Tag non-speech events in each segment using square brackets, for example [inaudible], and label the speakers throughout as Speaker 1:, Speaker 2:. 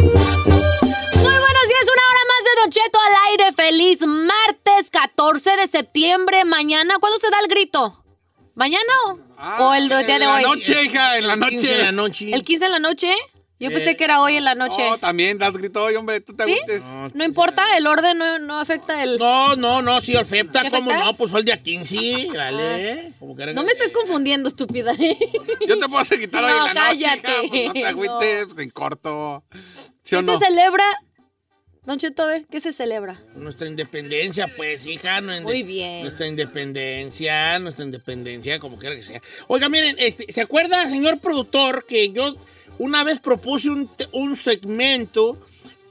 Speaker 1: Muy buenos días, una hora más de Don Cheto al aire. Feliz martes 14 de septiembre. Mañana, ¿cuándo se da el grito? ¿Mañana o, o el de- día de hoy?
Speaker 2: Ah, En la noche, hija, en la noche.
Speaker 3: 15 de la noche.
Speaker 1: ¿El 15 en la noche? Yo
Speaker 3: Eh,
Speaker 1: pensé que era hoy en la noche.
Speaker 2: No, también das grito hoy, hombre, tú te
Speaker 1: ¿Sí?
Speaker 2: agüites.
Speaker 1: No importa, el orden no, no afecta el...
Speaker 3: No, no, no, sí,
Speaker 1: ¿Qué
Speaker 3: Olfepta, ¿cómo
Speaker 1: afecta?
Speaker 3: no? Pues fue el día 15, vale. Como
Speaker 2: eh,
Speaker 3: que era-
Speaker 1: Ah, No me estés confundiendo, estúpida. ¿eh?
Speaker 2: Yo te puedo hacer quitar hoy
Speaker 1: No,
Speaker 2: en la
Speaker 1: cállate.
Speaker 2: noche, hija, pues no te agüites, pues, en corto. ¿Sí o
Speaker 1: ¿Qué
Speaker 2: no?
Speaker 1: se celebra? Don Cheto, a ver, ¿qué se celebra?
Speaker 3: Nuestra independencia, pues, hija. nu-
Speaker 1: Muy bien.
Speaker 3: Nuestra independencia, nuestra independencia, como quiera que sea. Oiga, miren, este, ¿se acuerda, señor productor, que yo una vez propuse un, te- un segmento,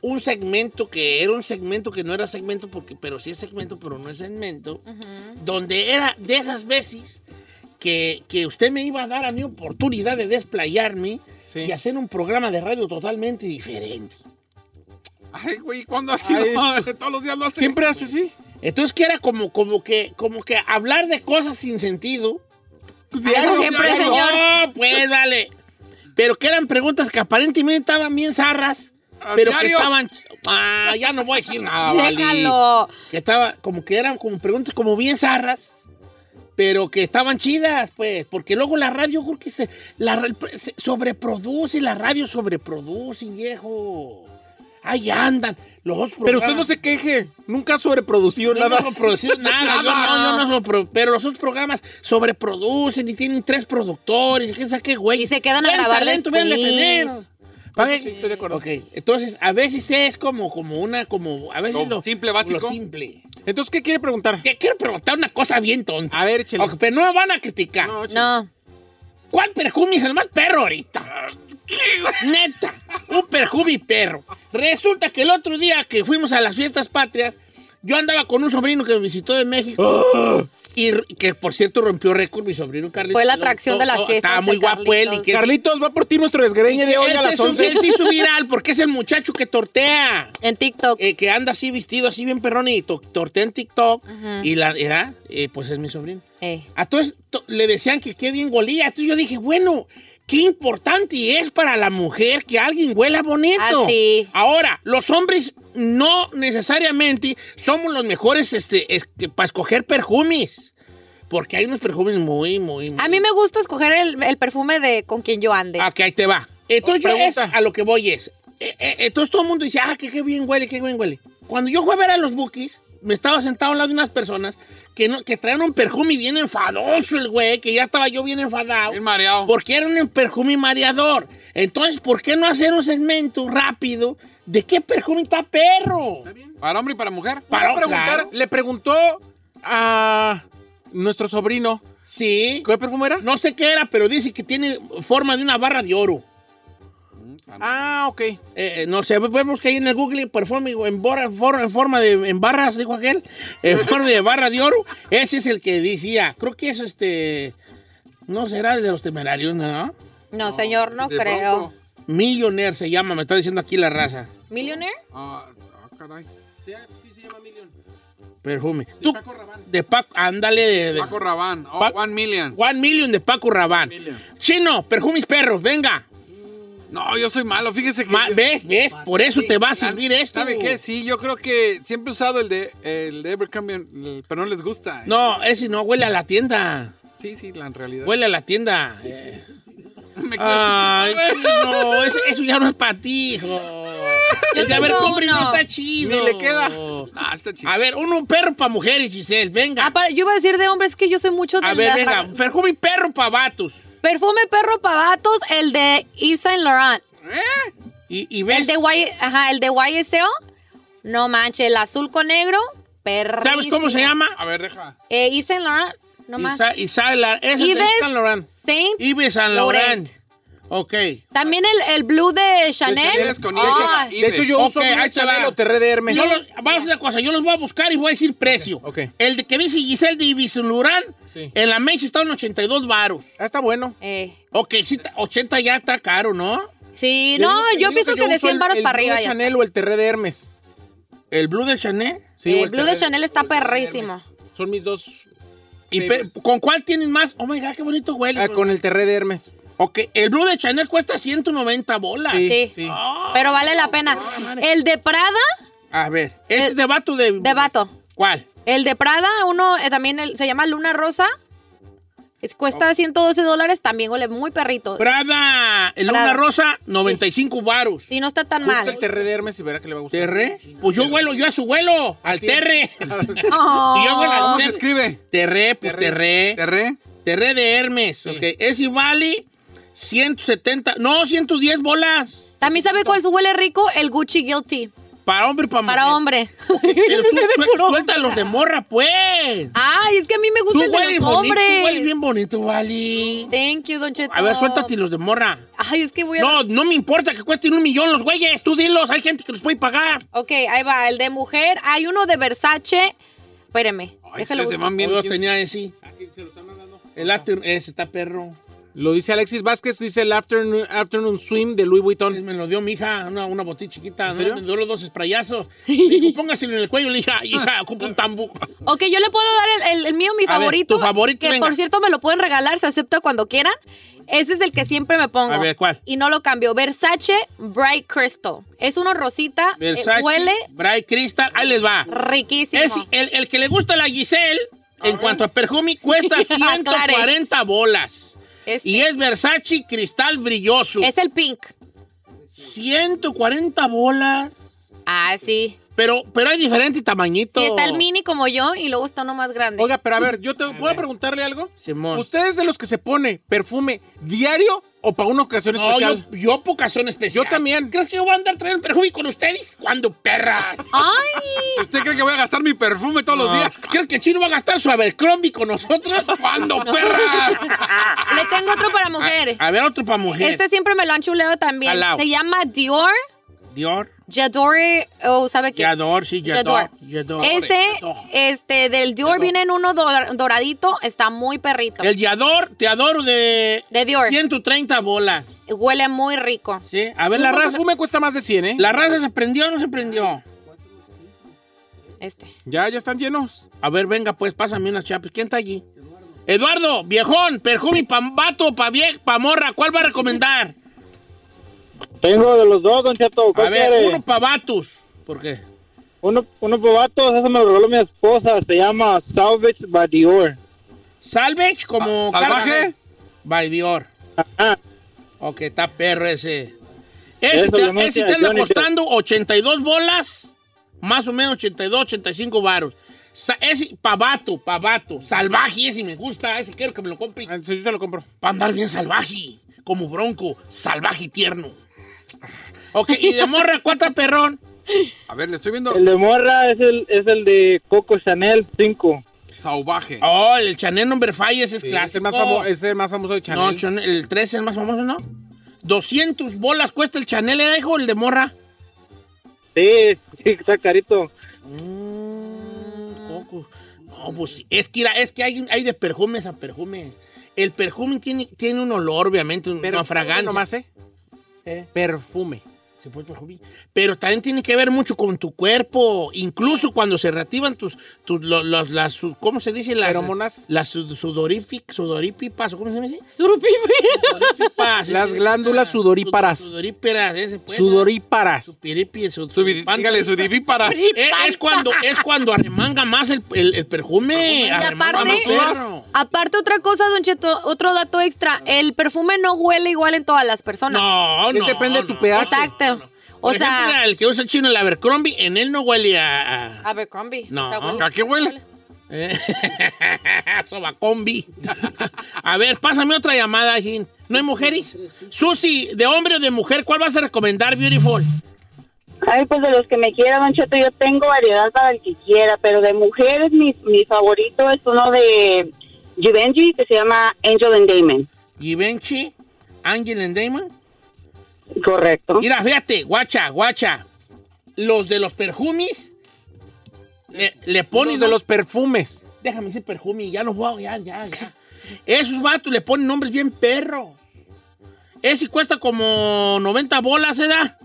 Speaker 3: un segmento que era un segmento que no era segmento, porque, pero sí es segmento, pero no es segmento, donde era de esas veces que, que usted me iba a dar a mi oportunidad de desplayarme
Speaker 4: Sí.
Speaker 3: y hacer un programa de radio totalmente diferente.
Speaker 2: Ay, güey, ¿cuándo ha sido? [laughs] Todos los días lo haces.
Speaker 4: Siempre hace así.
Speaker 3: Entonces que era como, como que, como que hablar de cosas sin sentido.
Speaker 1: Eso siempre,
Speaker 3: No,
Speaker 1: señor.
Speaker 3: pues vale. Pero que eran preguntas que aparentemente estaban bien zarras,
Speaker 2: A
Speaker 3: pero que
Speaker 2: diario.
Speaker 3: estaban. Ah, ya no voy a decir nada. vale.
Speaker 2: Ah,
Speaker 1: Déjalo.
Speaker 3: Que estaba, como que eran como preguntas como bien zarras, pero que estaban chidas, pues. Porque luego la radio, creo que se, la, ra- se sobreproduce, la radio sobreproduce, viejo. Ahí andan. Los otros
Speaker 4: Pero usted
Speaker 3: programas-
Speaker 4: no se queje. Nunca ha sobreproducido
Speaker 3: yo
Speaker 4: nada.
Speaker 3: no producido nada, yo no, yo
Speaker 4: [laughs]
Speaker 3: no sobro- pero los otros programas sobreproducen y tienen tres productores, y quién sabe qué güey.
Speaker 1: Y se quedan a
Speaker 3: Vean
Speaker 1: grabar
Speaker 3: talento, vean
Speaker 1: después.
Speaker 3: tener.
Speaker 4: Eso sí, estoy de acuerdo.
Speaker 3: Ok, entonces a veces es como, como una, como a veces
Speaker 2: Lo simple,
Speaker 3: Lo
Speaker 2: básico.
Speaker 3: simple.
Speaker 4: Entonces, ¿qué quiere preguntar?
Speaker 3: Te quiero preguntar una cosa bien tonta.
Speaker 4: A ver, échale.
Speaker 3: Ok, pero no me van a criticar.
Speaker 4: No, échale.
Speaker 1: No.
Speaker 3: ¿Cuál perjumi es el más perro
Speaker 4: Ah,
Speaker 3: ahorita? Neta, un perjumi perro. Resulta que el otro día que fuimos a las fiestas patrias, yo andaba con un sobrino que me visitó de México.
Speaker 4: Ah.
Speaker 3: Y r- que por cierto rompió récord mi sobrino Carlitos. Oh,
Speaker 1: Fue la atracción de las fiestas
Speaker 3: Estaba muy
Speaker 1: de
Speaker 3: guapo él. Y
Speaker 1: Carlitos.
Speaker 3: que
Speaker 4: Carlitos, va por ti nuestro desgreñe de hoy
Speaker 3: él
Speaker 4: a
Speaker 3: se
Speaker 4: las
Speaker 3: sub-
Speaker 4: 11.
Speaker 3: Él se hizo
Speaker 4: [laughs]
Speaker 3: viral porque es el muchacho que tortea.
Speaker 1: En TikTok.
Speaker 3: eh, que anda así vestido, así bien perrón y to- tortea en TikTok. Y la era, eh, pues es mi sobrino.
Speaker 1: Eh.
Speaker 3: A todos to- le decían que qué bien golía. Entonces yo dije, bueno, qué importante es para la mujer que alguien huela bonito.
Speaker 1: Ah, sí.
Speaker 3: Ahora, los hombres no necesariamente somos los mejores este, para escoger perfumes. Porque hay unos perfumes muy, muy, muy.
Speaker 1: A mí me gusta escoger el, el perfume de con quien yo ande.
Speaker 3: Ah, que ahí te va. Entonces yo
Speaker 4: Pregunta.
Speaker 3: es- a lo que voy es. eh, eh, entonces todo el mundo dice, ah, que qué bien huele, qué bien huele. Cuando yo fui a ver a los bookies, me estaba sentado al lado de unas personas que, no, que traían un perfume bien enfadoso el güey, que ya estaba yo bien enfadado.
Speaker 2: Bien mareado.
Speaker 3: Porque era un perfume mareador. Entonces, ¿por qué no hacer un segmento rápido de qué perfume está perro?
Speaker 2: Para hombre y para mujer.
Speaker 3: Para
Speaker 4: Va a preguntar,
Speaker 3: claro.
Speaker 4: le preguntó a nuestro sobrino.
Speaker 3: Sí.
Speaker 4: ¿Qué perfume era?
Speaker 3: No sé qué era, pero dice que tiene forma de una barra de oro.
Speaker 4: Ah, ok.
Speaker 3: Eh, eh, no sé, vemos que ahí en el Google perfume en, borra- for- en forma de en barras, dijo aquel,
Speaker 2: [laughs]
Speaker 3: en forma de barra de oro. Ese es el que decía, creo que es este, no será el de los temerarios, ¿no?
Speaker 1: no, señor, no
Speaker 2: De
Speaker 1: creo.
Speaker 2: pronto.
Speaker 3: Millionaire se llama, me está diciendo aquí la raza,
Speaker 1: ¿Millionaire?
Speaker 2: Ah, ah, caray.
Speaker 3: perfume. Tú- De Paco ándale. de- de-
Speaker 2: Paco Rabán. Oh,
Speaker 3: Pa-
Speaker 2: One Million.
Speaker 3: One Million de Paco Rabán. Chino, perfumes perros, venga.
Speaker 2: No, yo soy malo. Fíjese que.
Speaker 3: Ma-
Speaker 2: yo-
Speaker 3: ¿Ves? ¿Ves? Por eso te va a servir esto.
Speaker 2: ¿Sabe qué? Sí, yo creo que siempre he usado el de, el de Abercrombie, el- pero no les gusta.
Speaker 3: No, ese no, huele a la tienda.
Speaker 2: Sí, sí, la en realidad.
Speaker 3: Huele a la tienda. Eh,
Speaker 2: Me quedo
Speaker 3: Ay,
Speaker 2: sin-
Speaker 3: no, eso, eso ya no es para ti, hijo.
Speaker 1: Yo
Speaker 3: El de haber
Speaker 1: tengo
Speaker 3: comprado no
Speaker 1: uno.
Speaker 3: está chido.
Speaker 4: Ni le queda.
Speaker 2: Ah, está chido.
Speaker 3: A ver, uno un perro para mujeres, Giselle, venga.
Speaker 1: Ah, para- yo iba a decir de hombre, es que yo soy mucho de
Speaker 3: A ver,
Speaker 1: la-
Speaker 3: venga, perfume y perro para vatos.
Speaker 1: Perfume perro para vatos, el de Yves Saint Laurent.
Speaker 3: Y, y
Speaker 1: El
Speaker 3: ves,
Speaker 1: de, y, ajá, el de YSO. No manches, el azul con negro. Perro.
Speaker 3: ¿sabes cómo se llama?
Speaker 2: A ver, deja.
Speaker 1: Eh, Yves Saint Laurent. No más.
Speaker 3: Isa- Isa- la- ese
Speaker 1: Y
Speaker 3: es de
Speaker 1: ves-
Speaker 3: San Laurent.
Speaker 1: Saint.
Speaker 3: Ives San Laurent.
Speaker 1: Laurent.
Speaker 3: Ok.
Speaker 1: También el, el blue de Chanel.
Speaker 2: Chanel con
Speaker 1: Ay,
Speaker 2: Y
Speaker 4: De hecho,
Speaker 2: ves.
Speaker 4: yo
Speaker 3: Ok,
Speaker 4: uso
Speaker 3: ahí
Speaker 4: un
Speaker 3: te va.
Speaker 4: Chanel o Terré de Hermes.
Speaker 3: Yo los- vamos a hacer una cosa, yo los voy a buscar y voy a decir precio.
Speaker 4: Ok, ok.
Speaker 3: El de que dice Giselle de Ives Saint Laurent,
Speaker 4: Sí.
Speaker 3: en la mesa está en 82 varos.
Speaker 4: Ah, está bueno.
Speaker 1: eh,
Speaker 3: Ok, sí, 80 ya está caro, ¿no?
Speaker 1: Sí, no,
Speaker 4: digo que-
Speaker 1: yo
Speaker 4: digo
Speaker 1: pienso que de
Speaker 4: uso
Speaker 1: 100 varos
Speaker 4: el-
Speaker 1: para arriba
Speaker 4: El Blue
Speaker 1: ya
Speaker 4: de Chanel o el Terré de Hermes.
Speaker 3: ¿El Blue de Chanel?
Speaker 4: Sí,
Speaker 1: Eh,
Speaker 4: o
Speaker 1: Blue de
Speaker 4: Terré
Speaker 1: Chanel está perrísimo.
Speaker 4: Hermes. Son mis dos.
Speaker 3: ¿Y
Speaker 4: Sí,
Speaker 3: pe- con cuál tienen más? Oh my god, qué bonito huele.
Speaker 4: Ah, con el Terré de Hermes.
Speaker 3: Ok, el Blue de Chanel cuesta 190 bolas.
Speaker 1: Sí.
Speaker 4: sí.
Speaker 3: Ah,
Speaker 1: Pero vale la pena. El de Prada,
Speaker 3: a ver, este es de vato de.
Speaker 1: de vato.
Speaker 3: ¿Cuál?
Speaker 1: El de Prada, uno eh, también el- se llama Luna Rosa. Es, cuesta 112 dólares, también huele muy perrito.
Speaker 3: Prada, el Luna
Speaker 1: Prada.
Speaker 3: Rosa, 95 varos.
Speaker 1: Sí, no está tan
Speaker 4: Busca
Speaker 1: mal. [laughs]
Speaker 4: el Terré de Hermes y verá que le va a gustar.
Speaker 3: ¿Terre? Pues yo huelo, yo a su vuelo, al Terre.
Speaker 1: Oh.
Speaker 3: [laughs] Y yo huelo al
Speaker 2: ¿Cómo se
Speaker 3: Terre.
Speaker 2: escribe?
Speaker 3: Terre, pues Terre.
Speaker 2: ¿Terré?
Speaker 3: Terre de Hermes. Ok, ese vale 170, no, 110 bolas.
Speaker 1: También sabe cuál huele rico, el Gucci Guilty.
Speaker 3: Para hombre y para mujer.
Speaker 1: Para hombre. [laughs]
Speaker 3: Pero tú,
Speaker 1: No sé de
Speaker 3: suel-
Speaker 1: por hombre.
Speaker 3: suelta los de morra, pues.
Speaker 1: Ay, es que a mí me
Speaker 3: Tú
Speaker 1: gusta el de
Speaker 3: hueles
Speaker 1: los
Speaker 3: bonito, tú hueles
Speaker 1: hombres.
Speaker 3: bien bonito, Vali.
Speaker 1: Thank you, Don Cheto.
Speaker 3: A ver, suéltate los de morra.
Speaker 1: Ay, es que voy a.
Speaker 3: No, no me importa que cuesten un millón los güeyes, tú dilos, hay gente que los puede pagar.
Speaker 1: Ok, ahí va. El de mujer. Hay uno de Versace. Espéreme.
Speaker 2: Ay,
Speaker 1: déjalo
Speaker 2: se
Speaker 1: busco.
Speaker 2: llaman bien.
Speaker 3: yo
Speaker 2: ¿quién-
Speaker 3: tenía ese. El after, ese está perro.
Speaker 4: Lo dice Alexis Vázquez, dice el Afternoon, afternoon Swim de Louis
Speaker 3: Él
Speaker 4: Vuitton.
Speaker 3: Me lo dio mi hija, una, una botita chiquita.
Speaker 4: serio?
Speaker 3: ¿no? Me dio los dos
Speaker 1: [laughs]
Speaker 3: sprayazos. Dijo, Póngaselo en el cuello, le dije, "Ah, hija, ocupa un tambú.
Speaker 1: Ok, yo le puedo dar el, el- el mío, mi
Speaker 3: A ver,
Speaker 1: favorito.
Speaker 3: tu favorito,
Speaker 1: Que
Speaker 3: venga.
Speaker 1: por cierto me lo pueden regalar, se acepta cuando quieran. Ese es el que siempre me pongo.
Speaker 3: A ver, ¿cuál?
Speaker 1: Y no lo cambio. Versace Bright Crystal. Es uno rosita. eh,
Speaker 3: Versace,
Speaker 1: huele
Speaker 3: Bright Crystal, ahí les va.
Speaker 1: riquísimo.
Speaker 3: Es el, el que le gusta a la Giselle, en cuanto a perfume,
Speaker 1: [laughs]
Speaker 3: cuesta 140 bolas.
Speaker 1: Este.
Speaker 3: Y es Versace Cristal Brilloso.
Speaker 1: Es el pink.
Speaker 3: 140 bolas.
Speaker 1: Ah, sí.
Speaker 3: Pero, pero hay diferentes tamañitos.
Speaker 1: Sí, está el mini como yo y luego está uno más grande.
Speaker 4: Oiga, pero a ver, yo te puedo preguntarle algo.
Speaker 3: Simón.
Speaker 4: ¿Usted es de los que se pone perfume diario o para una ocasión
Speaker 3: No,
Speaker 4: especial?
Speaker 3: yo, yo poca son especial.
Speaker 4: Yo también.
Speaker 3: ¿Crees que yo voy a andar trayendo perfume con ustedes? ¿Cuándo,
Speaker 4: [laughs]
Speaker 3: perras?
Speaker 1: ¡Ay!
Speaker 2: ¿Usted cree que voy a gastar mi perfume todos
Speaker 3: Ah,
Speaker 2: los días?
Speaker 3: ¿Crees que el Chino va a gastar su Abercrombie con
Speaker 4: [laughs]
Speaker 3: nosotros? ¿Cuándo, perras?
Speaker 1: Le tengo otro para [laughs] mujer.
Speaker 3: [laughs] A ver, otro para mujer.
Speaker 1: Este siempre me lo han chuleado también.
Speaker 3: Jalao.
Speaker 1: Se llama Dior
Speaker 3: Dior.
Speaker 1: Jadore, o oh, ¿sabe qué?
Speaker 3: Yador, sí, Yador.
Speaker 1: Yador.
Speaker 3: Yador.
Speaker 1: Ese,
Speaker 3: Yador.
Speaker 1: este, del Dior viene en uno dor- doradito, está muy perrito.
Speaker 3: El Yador, te adoro de...
Speaker 1: De Dior.
Speaker 3: 130 bolas.
Speaker 1: Huele muy rico.
Speaker 3: Sí, a ver,
Speaker 4: la
Speaker 3: la
Speaker 4: raza
Speaker 3: raza...
Speaker 4: perfume cuesta más de 100, ¿eh?
Speaker 3: ¿La raza se prendió o no se prendió?
Speaker 1: Este.
Speaker 4: Ya, ya están llenos.
Speaker 3: A ver, venga, pues, pásame unas chapas. ¿Quién está allí? Eduardo, viejón, perjumi, pambato, pa vieja, pa morra, ¿cuál va a recomendar?
Speaker 5: Tengo de los dos, don Chato.
Speaker 3: A
Speaker 5: ¿Cuál
Speaker 3: ver,
Speaker 5: quiere?
Speaker 3: uno pa vatos. ¿Por qué?
Speaker 5: Uno, uno para vatos, eso me lo regaló mi esposa. Se llama Salvage by Dior.
Speaker 3: Salvage como...
Speaker 2: Ah, ¿Salvaje?
Speaker 3: carga- By Dior.
Speaker 5: Ajá.
Speaker 3: Ok, está perro ese. Ese
Speaker 5: Eso,
Speaker 3: te,
Speaker 5: yo no
Speaker 3: ese
Speaker 5: sé,
Speaker 3: te anda
Speaker 5: yo ni sé.
Speaker 3: costando 82 bolas, más o menos 82, 85 varos. Sa- ese pavato, pavato, salvaje ese me gusta, ese quiero que me lo compre.
Speaker 4: Ah, sí, Yo se lo compro.
Speaker 3: Para andar bien salvaje, como bronco, salvaje y tierno. Ok, y de
Speaker 4: [laughs]
Speaker 3: morra, ¿cuánta perrón?
Speaker 2: A ver, le estoy viendo
Speaker 5: El de morra es el, es el de Coco Chanel 5.
Speaker 2: salvaje.
Speaker 3: Oh, el Chanel Number 5 ese es
Speaker 4: Sí,
Speaker 3: clásico.
Speaker 4: es, el más famo- es el más famoso de Chanel.
Speaker 3: No, Chanel- el 3 es el más famoso, ¿no? 200 bolas cuesta el Chanel, ¿eh, hijo? El de morra.
Speaker 5: Sí, sí, está carito.
Speaker 3: Mm, Coco. No, pues sí. es que, mira, es que hay, hay de perfumes a perfumes. El perfume tiene, tiene un olor, obviamente, un-
Speaker 4: Perfume
Speaker 3: una fragancia.
Speaker 4: Nomás, ¿eh?
Speaker 3: ¿Eh?
Speaker 4: Perfume.
Speaker 3: Se puede perfume. Pero también tiene que ver mucho con tu cuerpo. Incluso cuando se reactivan tus, tus lo- los- las, su- ¿cómo se dice? Las,
Speaker 4: Feromonas.
Speaker 3: Las sud- sudorific, sudorípipas, ¿cómo se llama ese? Sudorípipas,
Speaker 4: Las
Speaker 3: ese-
Speaker 4: glándulas sudoríparas.
Speaker 3: Sud- Sudoríperas, ese pues.
Speaker 4: Sudoríparas.
Speaker 3: Supiripi, su-
Speaker 2: Su,
Speaker 3: suripanta.
Speaker 2: dígale, su divíparas.
Speaker 3: Eh, Es, cuando es cuando arremanga más el, el- el perfume.
Speaker 1: Y
Speaker 3: arremanga
Speaker 1: aparte,
Speaker 3: más perro.
Speaker 1: aparte otra cosa, Don Cheto, otro dato extra. El perfume no huele igual en todas las personas.
Speaker 3: No, no.
Speaker 4: Es depende de tu
Speaker 3: no.
Speaker 4: pH.
Speaker 1: Exacto. O
Speaker 3: Por ejemplo,
Speaker 1: sea,
Speaker 3: el que usa el chino el Abercrombie, en él no huele a. a-
Speaker 1: Abercrombie.
Speaker 3: No.
Speaker 1: O sea, huele-
Speaker 2: ¿A qué huele?
Speaker 3: eh, [laughs] Sobacombi. [laughs] a ver, pásame otra llamada, Jin. ¿No hay mujeres? Susi, de hombre o de mujer, ¿cuál vas a recomendar, Beautiful?
Speaker 6: Ay, pues de los que me quiera, Don Cheto, yo tengo variedad para el que quiera, pero de mujeres mi, mi favorito es uno de Givenchy que se llama Angel and Damon.
Speaker 3: Givenchy, Angel and Damon.
Speaker 6: Correcto.
Speaker 3: Mira, fíjate, guacha, guacha. Los de los perfumes le, le ponen.
Speaker 4: Los de los perfumes.
Speaker 3: Déjame ese perfume, ya no voy, ya, ya, ya. Esos vatos le ponen nombres bien perros. Ese cuesta como 90 bolas, ¿eh, ¿verdad?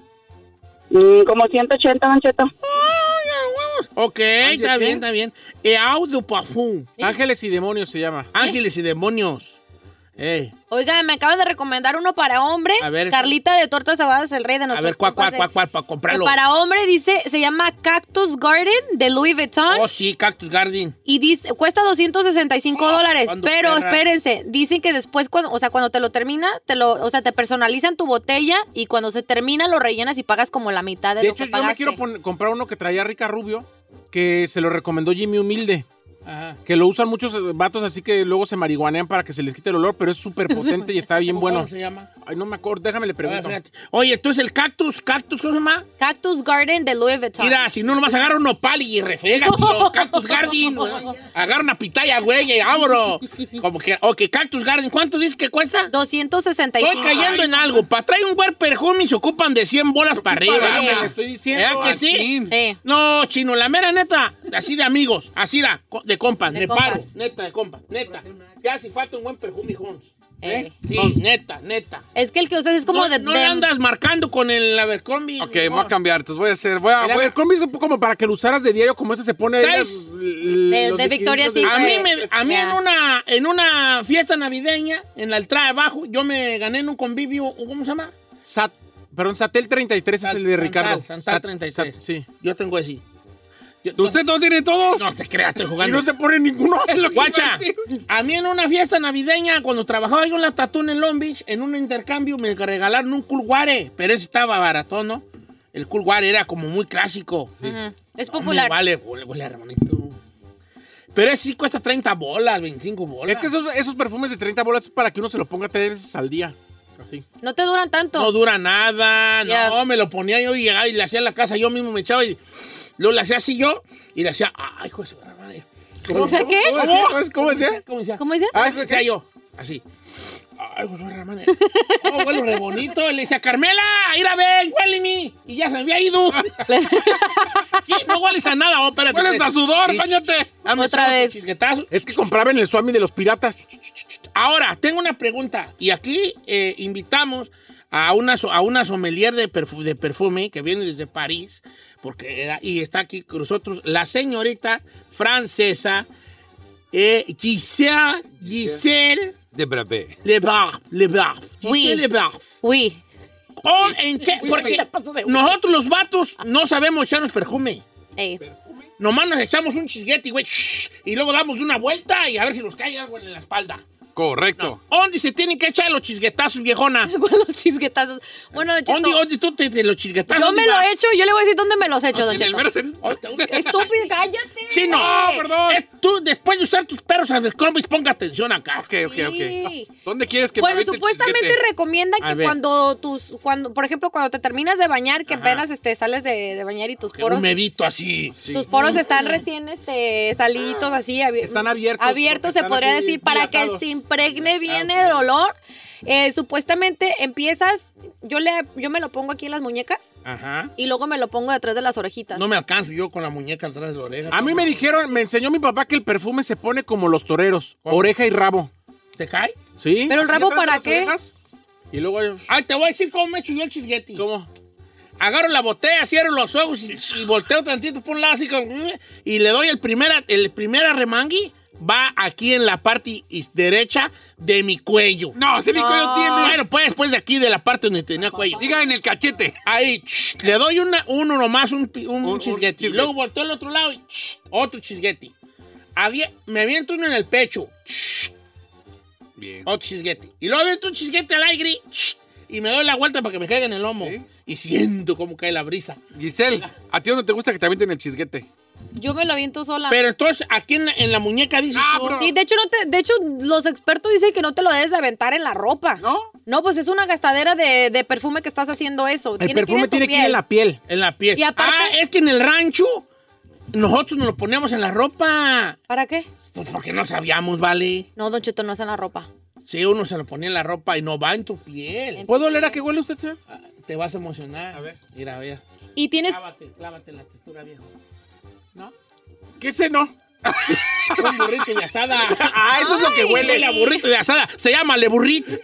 Speaker 6: Mm, como 180, Don Cheto.
Speaker 3: Ok, está bien, está bien. E Audio Parfum.
Speaker 4: Ángeles y demonios se llama.
Speaker 3: Ángeles y demonios. Eh,
Speaker 1: Oiga, me acaban de recomendar uno para hombre.
Speaker 3: A ver.
Speaker 1: Carlita de Tortas Aguadas, el rey de
Speaker 3: a
Speaker 1: nuestros
Speaker 3: ver, cuál,
Speaker 1: compas,
Speaker 3: cuál,
Speaker 1: eh.
Speaker 3: cuál, cuál, para
Speaker 1: Que
Speaker 3: comprarlo.
Speaker 1: para hombre dice, se llama Cactus Garden de Louis Vuitton.
Speaker 3: Oh, sí, Cactus Garden.
Speaker 1: Y dice, cuesta 265
Speaker 3: Ah,
Speaker 1: dólares,
Speaker 3: ¿cuándo,
Speaker 1: pero
Speaker 3: perra?
Speaker 1: espérense, dicen que después, cuando, o sea, cuando te lo termina, te lo, o sea, te personalizan tu botella y cuando se termina lo rellenas y pagas como la mitad de,
Speaker 4: De
Speaker 1: lo
Speaker 4: hecho,
Speaker 1: que
Speaker 4: yo me
Speaker 1: pagaste.
Speaker 4: quiero pon- comprar uno que traía Rica Rubio, que se lo recomendó Jimmy Humilde.
Speaker 3: Ajá.
Speaker 4: Que lo usan muchos eh, vatos así que luego se marihuanean para que se les quite el olor, pero es súper potente y está
Speaker 1: [laughs]
Speaker 4: bien
Speaker 3: ¿Cómo-
Speaker 4: bueno.
Speaker 3: ¿Cómo se llama?
Speaker 4: Ay, no me acuerdo, déjame le
Speaker 3: A ver,
Speaker 4: pregunto.
Speaker 3: fíjate. Oye, entonces el cactus, cactus, ¿cómo se llama?
Speaker 1: Cactus Garden de Louis Vuitton.
Speaker 3: Mira, si no, nomás agarra un nopal
Speaker 1: [laughs]
Speaker 3: y refrega, tío. Cactus Garden. Agarra una pitaya, güey, y abro. Como que, ok, Cactus Garden, ¿cuánto dices que cuesta? Estoy
Speaker 1: 265.
Speaker 3: cayendo en algo. Para traer un buen perfume se ocupan de 100 bolas para arriba.
Speaker 1: Ocupa,
Speaker 3: ¿Verdad
Speaker 1: le
Speaker 4: estoy diciendo,
Speaker 3: que sí?
Speaker 2: Joaquín.
Speaker 1: Sí.
Speaker 3: No, chino, la mera neta, así de amigos, así la, co- de compas,
Speaker 1: De
Speaker 3: de,
Speaker 1: compas.
Speaker 3: paro, neta, de compas, neta. Ya hace falta un buen perfume, Jones.
Speaker 1: Eh.
Speaker 3: Sí, neta, neta.
Speaker 1: Es que el que usas es como
Speaker 3: no,
Speaker 1: de...
Speaker 3: no
Speaker 1: de-
Speaker 3: le andas marcando con el Abercrombie.
Speaker 2: Ok,
Speaker 3: mi
Speaker 2: voy a
Speaker 3: amor.
Speaker 2: cambiar. Entonces voy a hacer. Voy a.
Speaker 4: El
Speaker 2: Voy a-
Speaker 4: Abercrombie es como para que lo usaras de diario, como ese se pone. ahí
Speaker 3: Seis.
Speaker 4: las- l-
Speaker 1: De-
Speaker 4: los
Speaker 1: de Victoria's
Speaker 4: liquiditos
Speaker 3: A
Speaker 1: Secret.
Speaker 3: mí, me, a mí
Speaker 1: Ya.
Speaker 3: en, una, en una fiesta navideña, en la entrada de abajo, yo me gané en un convivio, ¿cómo se llama?
Speaker 4: de- Sat- perdón, Satel 33 es el de
Speaker 3: Santal,
Speaker 4: Ricardo.
Speaker 3: Santal
Speaker 4: Sat-
Speaker 3: 33.
Speaker 4: Sat- sí.
Speaker 3: Yo tengo ese. Yo-
Speaker 2: ¿Usted no tiene todos?
Speaker 3: No te creas, estoy
Speaker 4: Y
Speaker 3: jugando.
Speaker 4: no se
Speaker 3: [laughs]
Speaker 4: pone ninguno.
Speaker 3: Guacha, a mí en una fiesta navideña, cuando trabajaba yo en la Tatún en Long Beach, en un intercambio me regalaron un culguare, pero ese estaba barato, ¿no? El culguare era como muy clásico.
Speaker 1: Ujú. Es
Speaker 3: No me
Speaker 1: popular.
Speaker 3: vale, huele, huele a Ramonito. Pero ese sí cuesta 30 bolas, 25 bolas.
Speaker 4: Es que esos, esos perfumes de 30 bolas es para que uno se lo ponga tres veces al día. Así.
Speaker 1: No te duran tanto.
Speaker 3: No dura nada,
Speaker 1: Ya.
Speaker 3: no, me lo ponía yo y llegaba y le hacía en la casa, yo mismo me echaba y luego le hacía así yo y le hacía, ay, hijo de su gran madre.
Speaker 1: O sea, ¿qué?
Speaker 4: ¿Cómo decía? ¿Cómo, decía? ¿Cómo decía?
Speaker 3: ¿Cómo decía?
Speaker 1: ¿Cómo dice?
Speaker 3: Ah, eso decía yo, así. Ay, José Ramón. Oh, huele re bonito. Y Le decía, Carmela, ir a ver, huéleme. Y ya se me había ido. Sí, no hueles a nada, oh, espérate.
Speaker 2: Hueles a sudor,
Speaker 3: Y-
Speaker 2: bañate.
Speaker 3: Dame
Speaker 1: Otra
Speaker 3: otro
Speaker 1: vez.
Speaker 3: chisguetazo.
Speaker 4: Es que compraba en el Swami de los piratas.
Speaker 3: Ahora, tengo una pregunta. Y aquí eh, invitamos a una, so- a una sommelier de, perfu- de perfume que viene desde París. Porque, era- y está aquí con nosotros la señorita francesa eh, Giselle, Giselle
Speaker 7: De Brabé.
Speaker 3: Lebarf. Lebarf.
Speaker 1: Oui.
Speaker 3: Giselle Lebarf.
Speaker 1: Uy.
Speaker 3: Oh, ¿en qué? Porque nosotros los vatos no sabemos echarnos perfume.
Speaker 1: Ey.
Speaker 3: Nomás nos echamos un chisguete, güey, shh, y luego damos una vuelta y a ver si nos cae algo en la espalda.
Speaker 2: Correcto.
Speaker 3: ¿Dónde se tienen que echar los chisguetazos, viejona?
Speaker 1: [laughs] Con los chisguetazos. Bueno, Don Cheto,
Speaker 3: ¿Dónde, dónde tú te, te los chisguetazos?
Speaker 1: yo
Speaker 3: ¿dónde
Speaker 1: me lo
Speaker 3: va?
Speaker 1: he hecho, yo le voy a decir dónde me los he hecho, Don
Speaker 2: En el
Speaker 1: Cheto.
Speaker 2: mero cen-
Speaker 1: Estúpido, cállate.
Speaker 3: Sí, no, Ah,
Speaker 1: güey.
Speaker 3: perdón. Es- tú, después de usar tus perros a Scrumbis, ponga atención acá.
Speaker 2: Ah, Ok, ok,
Speaker 1: Sí.
Speaker 2: ok. ¿Dónde quieres que
Speaker 1: Bueno,
Speaker 2: me aviente el
Speaker 1: supuestamente
Speaker 2: chisguete?
Speaker 1: recomiendan
Speaker 3: A
Speaker 1: que
Speaker 3: ver.
Speaker 1: cuando tus, cuando, por ejemplo, cuando te terminas de bañar, que apenas este, sales de, de bañar y tus
Speaker 3: Que Un
Speaker 1: poros,
Speaker 3: medito así.
Speaker 1: tus poros están recién este, salitos así, abier-
Speaker 4: Están abiertos,
Speaker 1: Abiertos,
Speaker 4: porque
Speaker 1: se
Speaker 4: están
Speaker 1: podría
Speaker 4: así
Speaker 1: decir, para que
Speaker 4: dilatados. Ah,
Speaker 1: se impregne bien el olor. Eh, supuestamente empiezas, yo le, yo me lo pongo aquí en las muñecas
Speaker 3: Ajá.
Speaker 1: y luego me lo pongo detrás de las orejitas.
Speaker 3: No me alcanzo yo con la muñeca atrás de la oreja.
Speaker 4: A mí me dijeron, me enseñó mi papá que el perfume se pone como los toreros, oreja y rabo.
Speaker 3: ¿Te cae?
Speaker 4: ¿Sí?
Speaker 1: ¿Pero el rabo
Speaker 4: Aquí atrás de
Speaker 1: para
Speaker 4: las
Speaker 1: qué?
Speaker 4: orejas, Y luego hay-
Speaker 3: Ay, te voy a decir cómo me echo yo el chisguete.
Speaker 4: ¿Cómo?
Speaker 3: Agarro la botella, cierro los ojos y, y volteo tantito por un lado así con- y le doy el primer, el primer arremangui. Va aquí en la parte is- derecha de mi cuello.
Speaker 2: No, ese bico yo tiene.
Speaker 3: Bueno, pues después de aquí, de la parte donde tenía cuello.
Speaker 2: Diga en el cachete.
Speaker 3: Ahí, ch, le doy una, uno nomás, un, pi- un,
Speaker 2: Un- un
Speaker 3: chisguete. Y
Speaker 2: chisguete.
Speaker 3: Luego volteo al otro lado y ch, otro chisguete. Avie- me aviento uno en el pecho. ch,
Speaker 2: Bien.
Speaker 3: otro chisguete. Y luego aviento un chisguete al aire ch, y me doy la vuelta para que me caiga en el lomo. Y siento cómo cae la brisa.
Speaker 2: Giselle, ¿a ti dónde te gusta que te avienten el chisguete?
Speaker 1: Yo me lo aviento sola.
Speaker 3: Pero entonces, aquí en la, en la muñeca dice.
Speaker 2: Ah, bro.
Speaker 1: Sí, de hecho, no te, de hecho, los expertos dicen que no te lo debes de aventar en la ropa.
Speaker 2: ¿No?
Speaker 1: No, pues es una gastadera de, de perfume que estás haciendo eso.
Speaker 4: El perfume
Speaker 1: tu
Speaker 4: tiene que ir
Speaker 1: piel.
Speaker 4: en la piel.
Speaker 3: En la piel.
Speaker 1: Y aparte-
Speaker 3: ah, es que en el rancho nosotros nos lo ponemos en la ropa.
Speaker 1: ¿Para qué?
Speaker 3: Pues porque no sabíamos, ¿vale?
Speaker 1: No, Don Cheto, no es en la ropa.
Speaker 3: Si uno se lo ponía en la ropa y no va en tu piel.
Speaker 4: ¿Puedo oler a qué huele usted, señor?
Speaker 3: Ah, Te vas a emocionar. A ver. Mira, mira.
Speaker 1: Y tienes...
Speaker 3: Clávate, clávate la textura, viejo.
Speaker 4: ¿Qué sé, no?
Speaker 3: Un burrito de asada.
Speaker 4: Ah, [laughs] eso es lo que
Speaker 1: Ay.
Speaker 4: huele.
Speaker 3: Huele a burrito de asada. Se llama le burrito.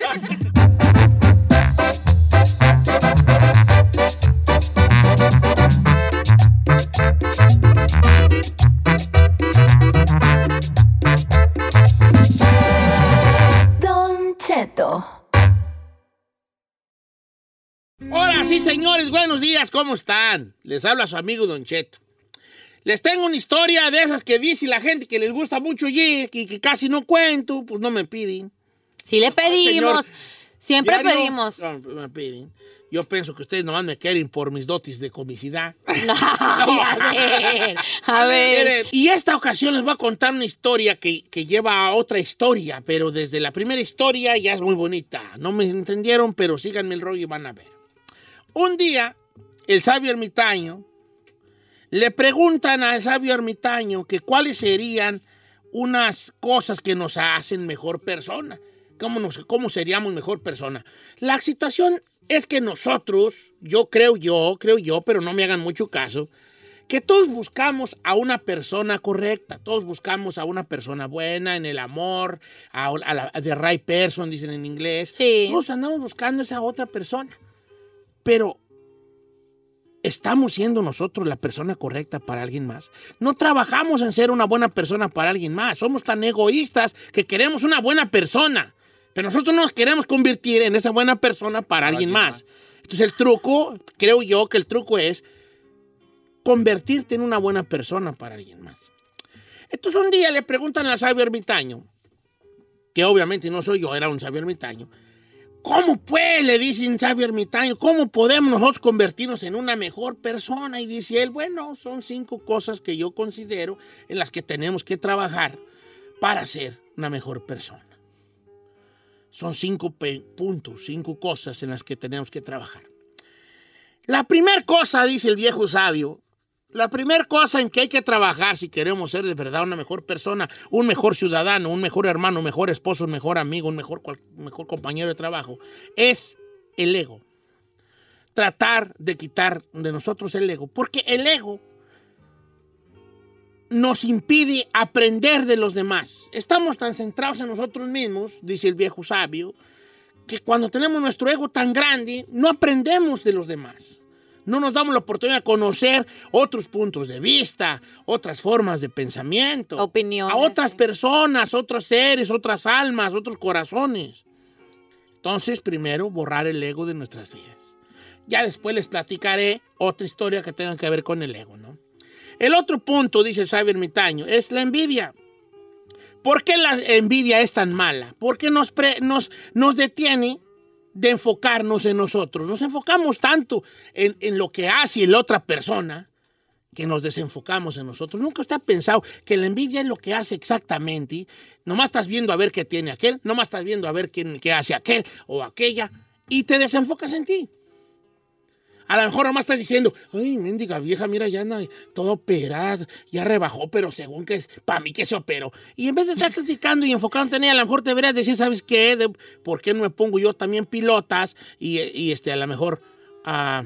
Speaker 3: Hola, sí, señores, buenos días, ¿cómo están? Les habla su amigo Don Cheto. Les tengo una historia de esas que dice la gente que les gusta mucho y que, que casi no cuento, pues no me piden.
Speaker 1: Sí le pedimos. Siempre
Speaker 3: Diario,
Speaker 1: pedimos.
Speaker 3: no, me piden. Yo pienso que ustedes nomás me quieren por mis dotis de comicidad.
Speaker 1: [laughs] No, a ver, a ver.
Speaker 3: Miren, Y esta ocasión les voy a contar una historia que, que lleva a otra historia, pero desde la primera historia ya es muy bonita. No me entendieron, pero síganme el rollo y van a ver. Un día, el sabio ermitaño le preguntan al sabio ermitaño que cuáles serían unas cosas que nos hacen mejor persona. ¿Cómo, nos- cómo seríamos mejor persona? La situación es que nosotros, yo creo yo, creo yo, pero no me hagan mucho caso, que todos buscamos a una persona correcta, todos buscamos a una persona buena en el amor, a, a la a the right person, dicen en inglés.
Speaker 1: Sí.
Speaker 3: Todos andamos buscando esa otra persona. Pero ¿Estamos siendo nosotros la persona correcta para alguien más? No trabajamos en ser una buena persona para alguien más. Somos tan egoístas que queremos una buena persona. Pero nosotros no nos queremos convertir en esa buena persona para, alguien, más. Entonces el truco, creo yo que el truco es convertirte en una buena persona para alguien más. Entonces un día le preguntan al sabio ermitaño, que obviamente no soy yo, era un sabio ermitaño, ¿Cómo pues? Le dicen sabio ermitaño, ¿cómo podemos nosotros convertirnos en una mejor persona? Y dice él, bueno, son cinco cosas que yo considero en las que tenemos que trabajar para ser una mejor persona. Son cinco pe- puntos, cinco cosas en las que tenemos que trabajar. La primera cosa, dice el viejo sabio, la primera cosa en que hay que trabajar si queremos ser de verdad una mejor persona, un mejor ciudadano, un mejor hermano, un mejor esposo, un mejor amigo, un mejor, cual- un mejor compañero de trabajo, es el ego. Tratar de quitar de nosotros el ego, porque el ego nos impide aprender de los demás. Estamos tan centrados en nosotros mismos, dice el viejo sabio, que cuando tenemos nuestro ego tan grande, no aprendemos de los demás. No nos damos la oportunidad de conocer otros puntos de vista, otras formas de pensamiento,
Speaker 1: Opiniones,
Speaker 3: a otras
Speaker 1: sí.
Speaker 3: personas, otros seres, otras almas, otros corazones. Entonces, primero, borrar el ego de nuestras vidas. Ya después les platicaré otra historia que tenga que ver con el ego, ¿no? El otro punto, dice el sabio ermitaño, es la envidia. ¿Por qué la envidia es tan mala? Porque nos, pre- nos, nos detiene de enfocarnos en nosotros. Nos enfocamos tanto en, en lo que hace la otra persona que nos desenfocamos en nosotros. Nunca usted ha pensado que la envidia es lo que hace exactamente. Nomás estás viendo a ver qué tiene aquel, nomás estás viendo a ver quién, qué hace aquel o aquella y te desenfocas en ti. A lo mejor nomás estás diciendo, ay, mendiga vieja, mira, ya anda todo operado, ya rebajó, pero según que es, para mí que se operó. Y en vez de estar criticando y enfocándote en ella, a lo mejor te deberías decir, ¿sabes qué? De- ¿Por qué no me pongo yo también pilotas? Y, y, este, a lo mejor ah,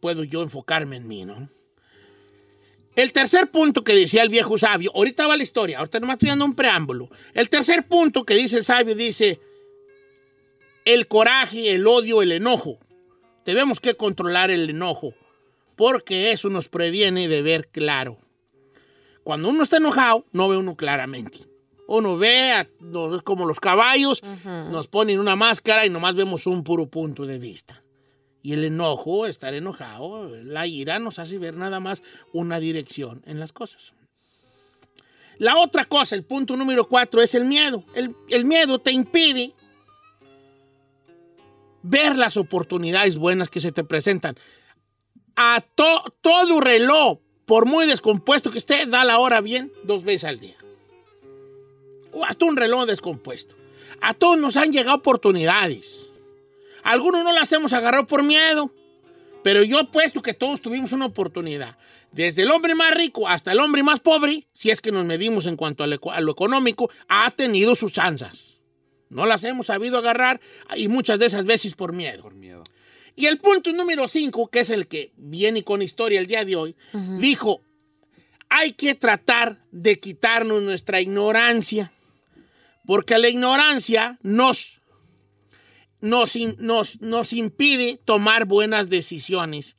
Speaker 3: puedo yo enfocarme en mí, ¿no? El tercer punto que decía el viejo sabio, ahorita va la historia, ahorita nomás estoy dando un preámbulo. El tercer punto que dice el sabio dice, el coraje, el odio, el enojo. Tenemos que controlar el enojo, porque eso nos previene de ver claro. Cuando uno está enojado, no ve uno claramente. Uno ve, a- nos- es como los caballos, nos ponen una máscara y nomás vemos un puro punto de vista. Y el enojo, estar enojado, la ira nos hace ver nada más una dirección en las cosas. La otra cosa, el punto número cuatro, es el miedo. El- el miedo te impide ver las oportunidades buenas que se te presentan. A to- todo reloj, por muy descompuesto que esté, da la hora bien dos veces al día. O hasta un reloj descompuesto. A todos nos han llegado oportunidades. Algunos no las hemos agarrado por miedo, pero yo apuesto que todos tuvimos una oportunidad. Desde el hombre más rico hasta el hombre más pobre, si es que nos medimos en cuanto a lo, eco- a lo económico, ha tenido sus chanzas. No las hemos sabido agarrar y muchas de esas veces por miedo.
Speaker 2: Por miedo.
Speaker 3: Y el punto número 5, que es el que viene con historia el día de hoy, dijo, hay que tratar de quitarnos nuestra ignorancia, porque la ignorancia nos, nos, in- nos, nos impide tomar buenas decisiones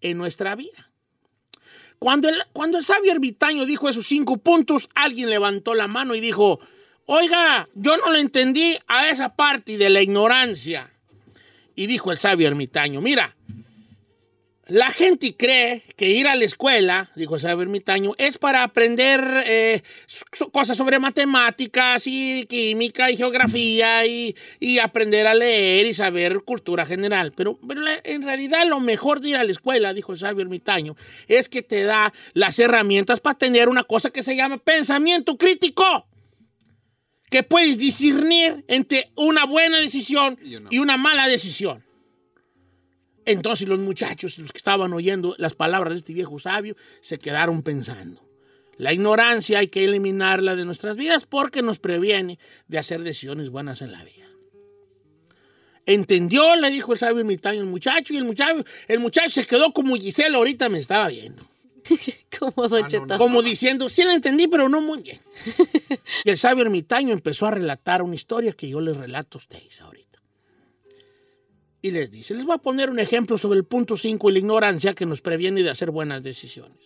Speaker 3: en nuestra vida. Cuando el, cuando el sabio ermitaño dijo esos cinco puntos, alguien levantó la mano y dijo, oiga, yo no lo entendí a esa parte de la ignorancia. y dijo el sabio ermitaño, mira, la gente cree que ir a la escuela, dijo el sabio ermitaño, es para aprender eh, so- cosas sobre matemáticas y química y geografía y, y aprender a leer y saber cultura general. Pero, pero la- en realidad lo mejor de ir a la escuela, dijo el sabio ermitaño, es que te da las herramientas para tener una cosa que se llama pensamiento crítico que puedes discernir entre una buena decisión
Speaker 2: Y una-
Speaker 3: y una mala decisión. Entonces los muchachos, los que estaban oyendo las palabras de este viejo sabio, se quedaron pensando. La ignorancia hay que eliminarla de nuestras vidas porque nos previene de hacer decisiones buenas en la vida. Entendió, le dijo el sabio ermitaño al muchacho, y el muchacho, el muchacho se quedó como Gisela ahorita me estaba viendo.
Speaker 1: [laughs] Como
Speaker 4: Ah,
Speaker 1: Don Cheto.
Speaker 3: Como diciendo, sí la entendí, pero no muy bien. y el sabio ermitaño empezó a relatar una historia que yo les relato a ustedes ahorita. Y les dice, les voy a poner un ejemplo sobre el punto 5 y la ignorancia que nos previene de hacer buenas decisiones.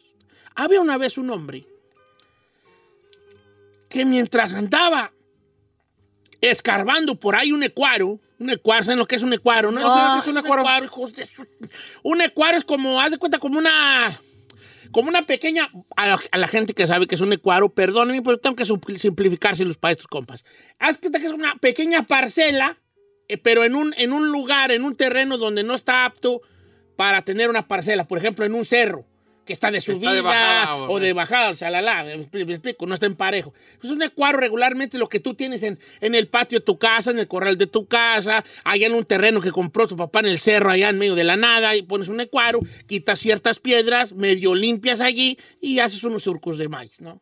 Speaker 3: Había una vez un hombre que mientras andaba escarbando por ahí un ecuaro, un ecuaro, ¿saben lo que es un ecuaro? No,
Speaker 1: No.
Speaker 3: ¿Saben lo que es un ecuaro? hijos de su- Un ecuaro es como, haz de cuenta, como una como una pequeña. A la, a la gente que sabe que es un ecuaro, perdónenme, pero tengo que supl- simplificárselos para estos compas. Haz cuenta que es una pequeña parcela, eh, pero en un, en un lugar, en un terreno donde no está apto para tener una parcela. Por ejemplo, en un cerro, que está de
Speaker 2: Está de
Speaker 3: subida
Speaker 2: bajada,
Speaker 3: o de bajada, o sea, la, la, me expli- me explico, no está en parejo. Es un ecuaro regularmente lo que tú tienes en, en el patio de tu casa, en el corral de tu casa, allá en un terreno que compró tu papá en el cerro, allá en medio de la nada, y pones un ecuaro, quitas ciertas piedras, medio limpias allí y haces unos surcos de maíz, ¿no?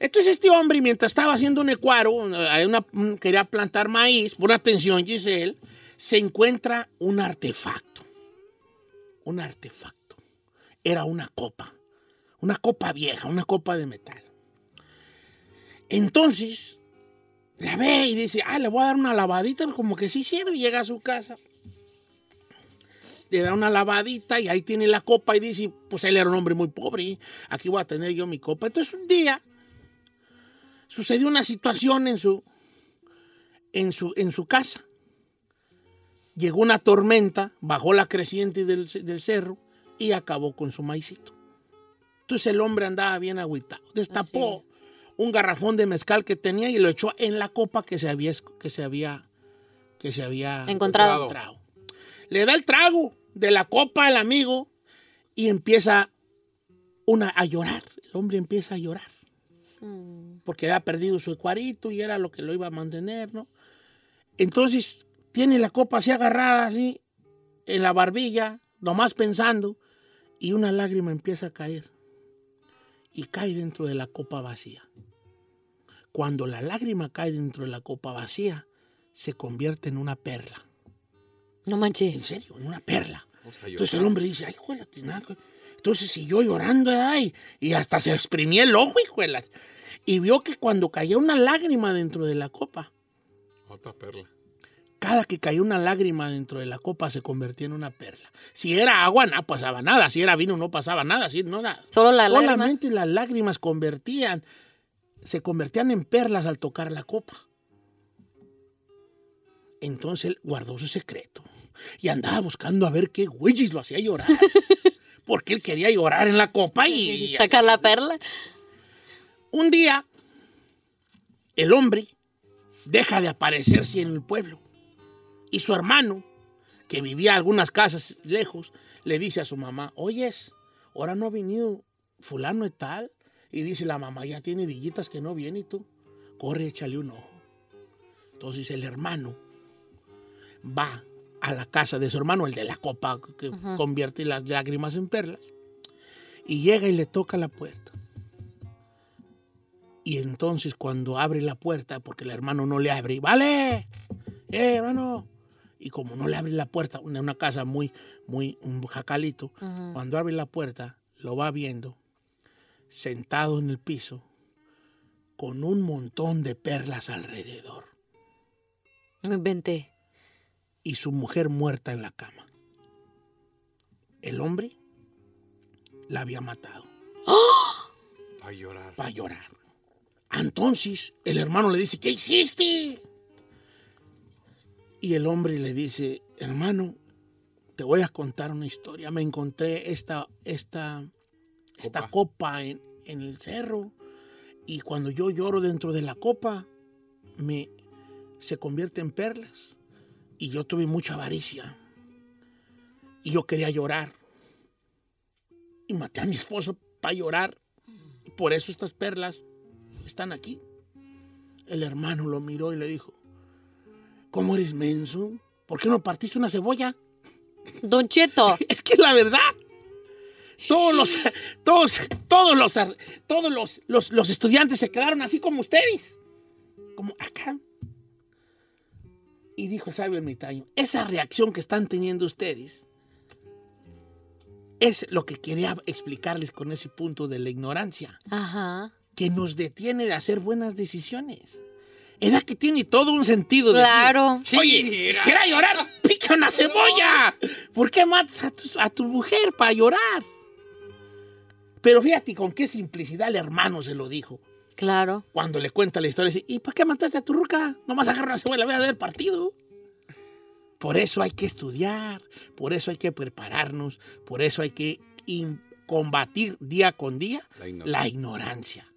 Speaker 3: Entonces este hombre, mientras estaba haciendo un ecuaro, hay una- mm, quería plantar maíz, pon atención Giselle, se encuentra un artefacto. Un artefacto. Era una copa. Una copa vieja, una copa de metal. Entonces, la ve y dice, ah, le voy a dar una lavadita, como que sí sirve, y llega a su casa. Le da una lavadita y ahí tiene la copa y dice, pues él era un hombre muy pobre, ¿eh? aquí voy a tener yo mi copa. Entonces un día sucedió una situación en su, en su, en su casa. Llegó una tormenta, bajó la creciente del, del cerro y acabó con su maicito. Entonces el hombre andaba bien agüitado. Destapó un garrafón de mezcal que tenía y lo echó en la copa que se había, esc- que se había, que se había
Speaker 1: Encontrado.
Speaker 3: encontrado. Le da el trago de la copa al amigo y empieza una, a llorar. El hombre empieza a llorar
Speaker 1: Mm,
Speaker 3: porque había perdido su ecuarito y era lo que lo iba a mantener, ¿no? Entonces tiene la copa así agarrada, así, en la barbilla, nomás pensando, y una lágrima empieza a caer. Y cae dentro de la copa vacía. Cuando la lágrima cae dentro de la copa vacía, se convierte en una perla.
Speaker 1: No
Speaker 3: En
Speaker 1: manches.
Speaker 3: serio, en una perla.
Speaker 2: Vamos a llorar.
Speaker 3: Entonces el hombre dice, ay, hijo de la tinaca. Entonces siguió llorando, ay, y hasta se exprimía el ojo, hijo de la- Y vio que cuando caía una lágrima dentro de la copa,
Speaker 2: Otra perla.
Speaker 3: cada que caía una lágrima dentro de la copa se convertía en una perla. Si era agua, no pasaba nada. Si era vino, no pasaba nada. Si no, nada.
Speaker 1: Solo la lágrima.
Speaker 3: Solamente las lágrimas convertían, se convertían en perlas al tocar la copa. Entonces él guardó su secreto y andaba buscando a ver qué güeyes lo
Speaker 1: [laughs]
Speaker 3: hacía llorar. Porque él quería llorar en la copa y...
Speaker 1: Sacar la perla.
Speaker 3: Un día, el hombre deja de aparecerse en el pueblo. Y su hermano, que vivía algunas casas lejos, le dice a su mamá, oyes, ahora no ha venido fulano y tal. Y dice la mamá, ya tiene villitas que no viene y tú. Corre, échale un ojo. Entonces el hermano va a la casa de su hermano, el de la copa que convierte las lágrimas en perlas, y llega y le toca la puerta. Y entonces cuando abre la puerta, porque el hermano no le abre, vale, eh, hermano. Y como no le abre la puerta, una, una casa muy, muy, un jacalito,
Speaker 1: Mm,
Speaker 3: cuando abre la puerta, lo va viendo sentado en el piso con un montón de perlas alrededor
Speaker 1: No inventé.
Speaker 3: y su mujer muerta en la cama. El hombre la había matado
Speaker 2: Va a llorar.
Speaker 3: para llorar. Entonces el hermano le dice, ¿qué hiciste? Y el hombre le dice, hermano, te voy a contar una historia. Me encontré esta, esta, esta copa en, en el cerro y cuando yo lloro dentro de la copa, me, se convierte en perlas y yo tuve mucha avaricia y yo quería llorar y maté a mi esposo para llorar. Y por eso estas perlas están aquí. El hermano lo miró y le dijo, ¿cómo eres menso? ¿Por qué no partiste una cebolla?
Speaker 1: Don Cheto.
Speaker 3: [laughs] Es que la verdad, todos los, todos, todos los, todos los, los, los estudiantes se quedaron así como ustedes, como acá. Y dijo el sabio ermitaño, esa reacción que están teniendo ustedes es lo que quería explicarles con ese punto de la ignorancia,
Speaker 1: Ajá.
Speaker 3: que nos detiene de hacer buenas decisiones. Era que tiene todo un sentido. decir,
Speaker 1: Claro.
Speaker 3: Oye, si quiera llorar, pica una cebolla. ¿Por qué matas a tu, a tu mujer para llorar? Pero fíjate con qué simplicidad el hermano se lo dijo.
Speaker 1: Claro.
Speaker 3: Cuando le cuenta la historia, dice, ¿y para qué mataste a tu ruca? Nomás agarra una cebolla, voy a ver el partido. Por eso hay que estudiar, por eso hay que prepararnos, por eso hay que in- combatir día con día
Speaker 2: La ignorancia.
Speaker 3: la ignorancia.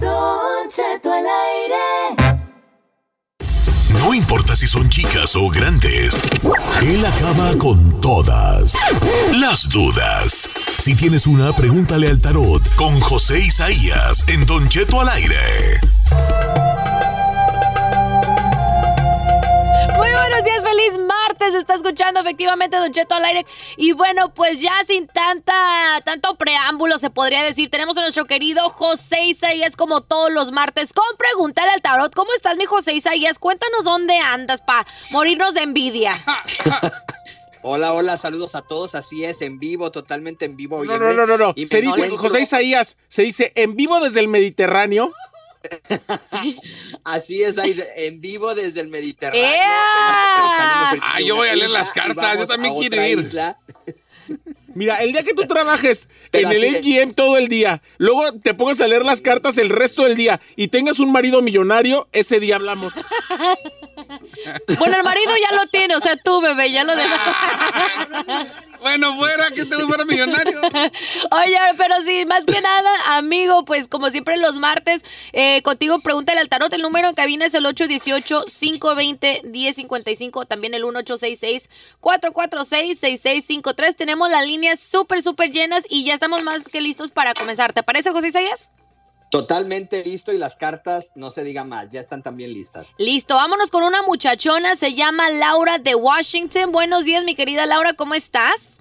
Speaker 7: Don Cheto al aire.
Speaker 8: No importa si son chicas o grandes, él acaba con todas las dudas. Si tienes una, pregúntale al tarot con José Isaías en Don Cheto al aire.
Speaker 1: Muy buenos días, feliz martes. Está escuchando efectivamente Don Cheto al aire. Y bueno, pues ya sin tanta, tanto preámbulo se podría decir, tenemos a nuestro querido José Isaías como todos los martes con Pregúntale al Tarot. ¿Cómo estás, mi José Isaías? Cuéntanos dónde andas pa morirnos de envidia.
Speaker 9: Hola, hola, saludos a todos. Así es, en vivo, totalmente en vivo.
Speaker 4: No, no, no, no, no. Se dice, José Isaías, se dice en vivo desde el Mediterráneo.
Speaker 9: Así es, ahí de- en vivo desde el Mediterráneo.
Speaker 1: ¡Ea!
Speaker 9: Salimos ahorita
Speaker 2: Ah,
Speaker 9: de
Speaker 2: yo
Speaker 9: una
Speaker 2: voy a leer
Speaker 9: isla
Speaker 2: las
Speaker 9: y
Speaker 2: cartas,
Speaker 9: vamos
Speaker 2: yo también
Speaker 9: a
Speaker 2: quiero
Speaker 9: otra
Speaker 2: ir.
Speaker 9: isla.
Speaker 4: Mira, el día que tú trabajes
Speaker 9: Pero
Speaker 4: en el
Speaker 9: así de-
Speaker 4: MGM todo el día, luego te pongas a leer las cartas el resto del día y tengas un marido millonario, ese día hablamos.
Speaker 1: Bueno, el marido ya lo tiene, o sea, tú, bebé, ya lo demás.
Speaker 2: [laughs] Bueno, fuera, que te fuera millonario.
Speaker 1: Oye, pero sí, más que nada, amigo, pues como siempre los martes, eh, contigo pregúntale al tarot. El número en cabina es el 818-520-1055, también el 1866-446-6653. Tenemos las líneas súper, súper llenas y ya estamos más que listos para comenzar. ¿Te parece, José Isaías?
Speaker 9: Totalmente listo y las cartas, no se diga más, ya están también listas.
Speaker 1: Listo, vámonos con una muchachona, se llama Laura de Washington. Buenos días, mi querida Laura, ¿cómo estás?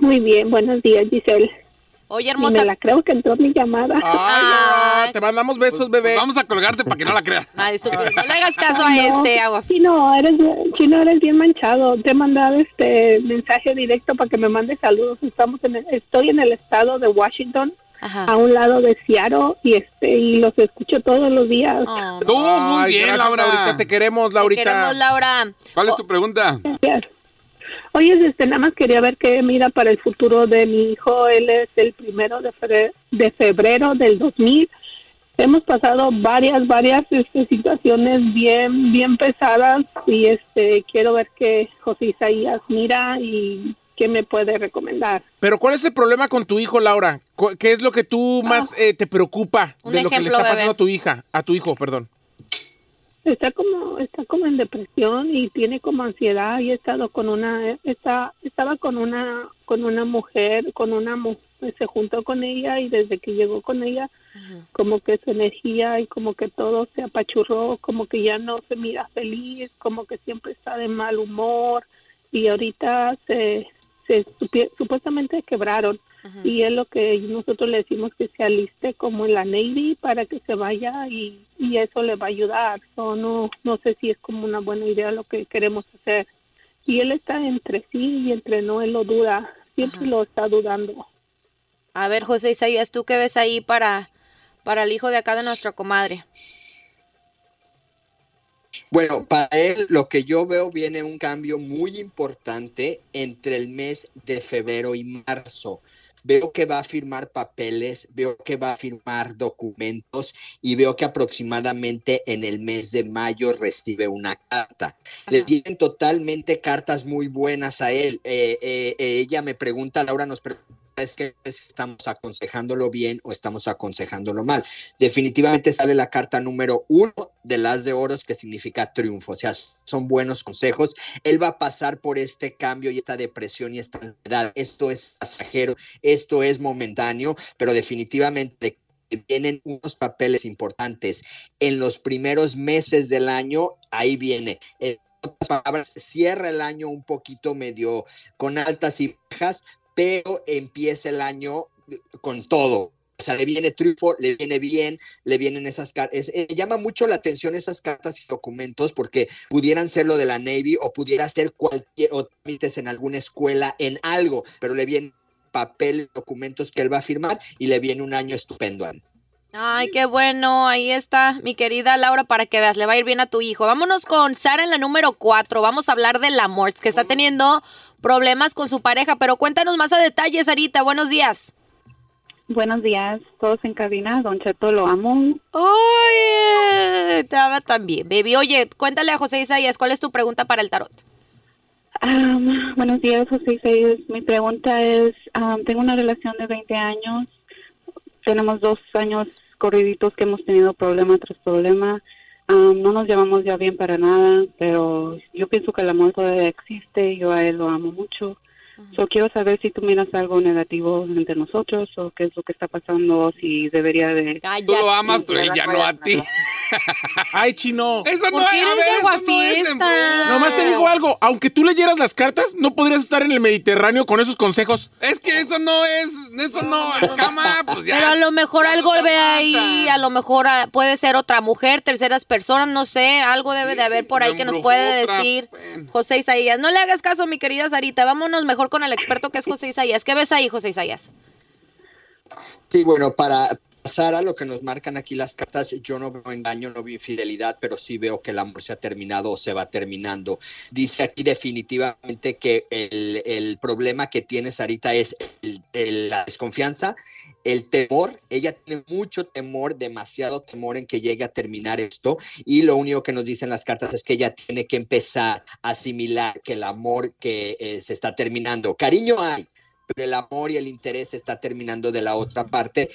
Speaker 10: Muy bien, buenos días, Giselle.
Speaker 1: Oye,
Speaker 10: Ni
Speaker 1: hermosa. Ah.
Speaker 10: me la creo que entró mi llamada.
Speaker 4: Ay, Laura,
Speaker 1: Ay.
Speaker 4: te mandamos besos, bebé.
Speaker 2: Pues, Vamos a colgarte para que no la creas.
Speaker 1: Ay, estúpido, no le hagas caso a
Speaker 10: Ah. No,
Speaker 1: este agua.
Speaker 10: Chino, eres, chino, eres bien manchado. Te he mandado este mensaje directo para que me mandes saludos. Estamos en el- estoy en el estado de Washington, a
Speaker 1: Ajá.
Speaker 10: un lado de Seattle, y, este, y los escucho todos los días.
Speaker 1: Oh.
Speaker 2: Tú, uh, muy
Speaker 4: Ay,
Speaker 2: bien,
Speaker 4: gracias,
Speaker 2: Laura.
Speaker 4: Laurita, te queremos, Laurita.
Speaker 1: Te queremos, Laura.
Speaker 2: ¿Cuál es tu pregunta?
Speaker 10: Gracias. Oye, este, nada más quería ver qué mira para el futuro de mi hijo. Él es el primero de, febre- de febrero del 2000. Hemos pasado varias, varias este, situaciones bien, bien pesadas y este, quiero ver qué José Isaías mira y qué me puede recomendar.
Speaker 4: Pero ¿cuál es el problema con tu hijo, Laura? ¿Cu- ¿Qué es lo que tú más eh, te preocupa
Speaker 1: Ah. Un
Speaker 4: de lo que le
Speaker 1: ejemplo,
Speaker 4: está pasando
Speaker 1: bebé.
Speaker 4: a tu hija, a tu hijo, perdón?
Speaker 10: Está como, está como en depresión y tiene como ansiedad y he estado con una, está, estaba con una, con una mujer, con una, mu- se juntó con ella y desde que llegó con ella, como que su energía y como que todo se apachurró, como que ya no se mira feliz, como que siempre está de mal humor y ahorita se, se supie- supuestamente quebraron
Speaker 1: Mm.
Speaker 10: y es lo que nosotros le decimos que se aliste como en la Navy para que se vaya y, y eso le va a ayudar. So, no, no sé si es como una buena idea lo que queremos hacer. Y él está entre sí y entre no, él lo duda, siempre
Speaker 1: Ajá.
Speaker 10: lo está dudando.
Speaker 1: A ver, José Isaías, ¿tú qué ves ahí para, Para el hijo de acá de nuestra comadre.
Speaker 9: Bueno, para él lo que yo veo viene un cambio muy importante entre el mes de febrero y marzo. Veo que va a firmar papeles, veo que va a firmar documentos y veo que aproximadamente en el mes de mayo recibe una carta. Le vienen totalmente cartas muy buenas a él. Eh, eh, eh, ella me pregunta, Laura nos pregunta es que estamos aconsejándolo bien o estamos aconsejándolo mal. Definitivamente sale la carta número uno de las de oros, que significa triunfo. O sea, son buenos consejos. Él va a pasar por este cambio y esta depresión y esta ansiedad. Esto es pasajero, esto es momentáneo, pero definitivamente vienen unos papeles importantes. En los primeros meses del año, ahí viene. En otras palabras, cierra el año un poquito medio con altas y bajas, pero empieza el año con todo. O sea, le viene triunfo, le viene bien, le vienen esas cartas. Es- eh, llama mucho la atención esas cartas y documentos porque pudieran ser lo de la Navy o pudiera ser cualquier o trámites en alguna escuela, en algo, pero le vienen papel, documentos que él va a firmar y le viene un año estupendo a él.
Speaker 1: Ay, qué bueno. Ahí está, mi querida Laura, para que veas. Le va a ir bien a tu hijo. Vámonos con Sara en la número 4. Vamos a hablar del amor, que está teniendo problemas con su pareja. Pero cuéntanos más a detalle, Sarita. Buenos días.
Speaker 10: Buenos días, todos en cabina. Don Cheto, lo amo.
Speaker 1: Oye, estaba también, baby. Oye, cuéntale a José Isaías, ¿cuál es tu pregunta para el tarot?
Speaker 10: Am, buenos días, José Isaías. Mi pregunta es, am, tengo una relación de 20 años. Tenemos dos años corriditos que hemos tenido problema tras problema. Am, no nos llevamos ya bien para nada, pero yo pienso que el amor todavía existe. Yo a él lo amo mucho. So, quiero saber si tú miras algo negativo entre nosotros o qué es lo que está pasando, si debería de...
Speaker 1: Tú lo
Speaker 10: amas,
Speaker 4: pero ella no a ti. Ay, chino.
Speaker 2: [laughs] Eso
Speaker 1: ¿Por qué eres de guafiesta?
Speaker 4: Nomás te digo algo, aunque tú leyeras las cartas, no podrías estar en el Mediterráneo con esos consejos.
Speaker 2: Es que eso no es, eso no, cama, pues ya.
Speaker 1: Pero a lo mejor algo ve ahí, a lo mejor ah, puede ser otra mujer, terceras personas, no sé, algo debe de haber por ahí que nos puede
Speaker 2: otra,
Speaker 1: decir José Isaías. No le hagas caso, mi querida Sarita, vámonos mejor con el experto que es José Isaías. ¿Qué ves ahí, José Isaías?
Speaker 9: Sí, bueno, para Sara, lo que nos marcan aquí las cartas, yo no veo engaño, no veo infidelidad, pero sí veo que el amor se ha terminado o se va terminando. Dice aquí definitivamente que el, el problema que tiene Sarita es el- el- la desconfianza, el temor. Ella tiene mucho temor, demasiado temor en que llegue a terminar esto. Y lo único que nos dicen las cartas es que ella tiene que empezar a asimilar que el amor que eh, se está terminando, cariño hay, pero el amor y el interés se está terminando de la otra parte.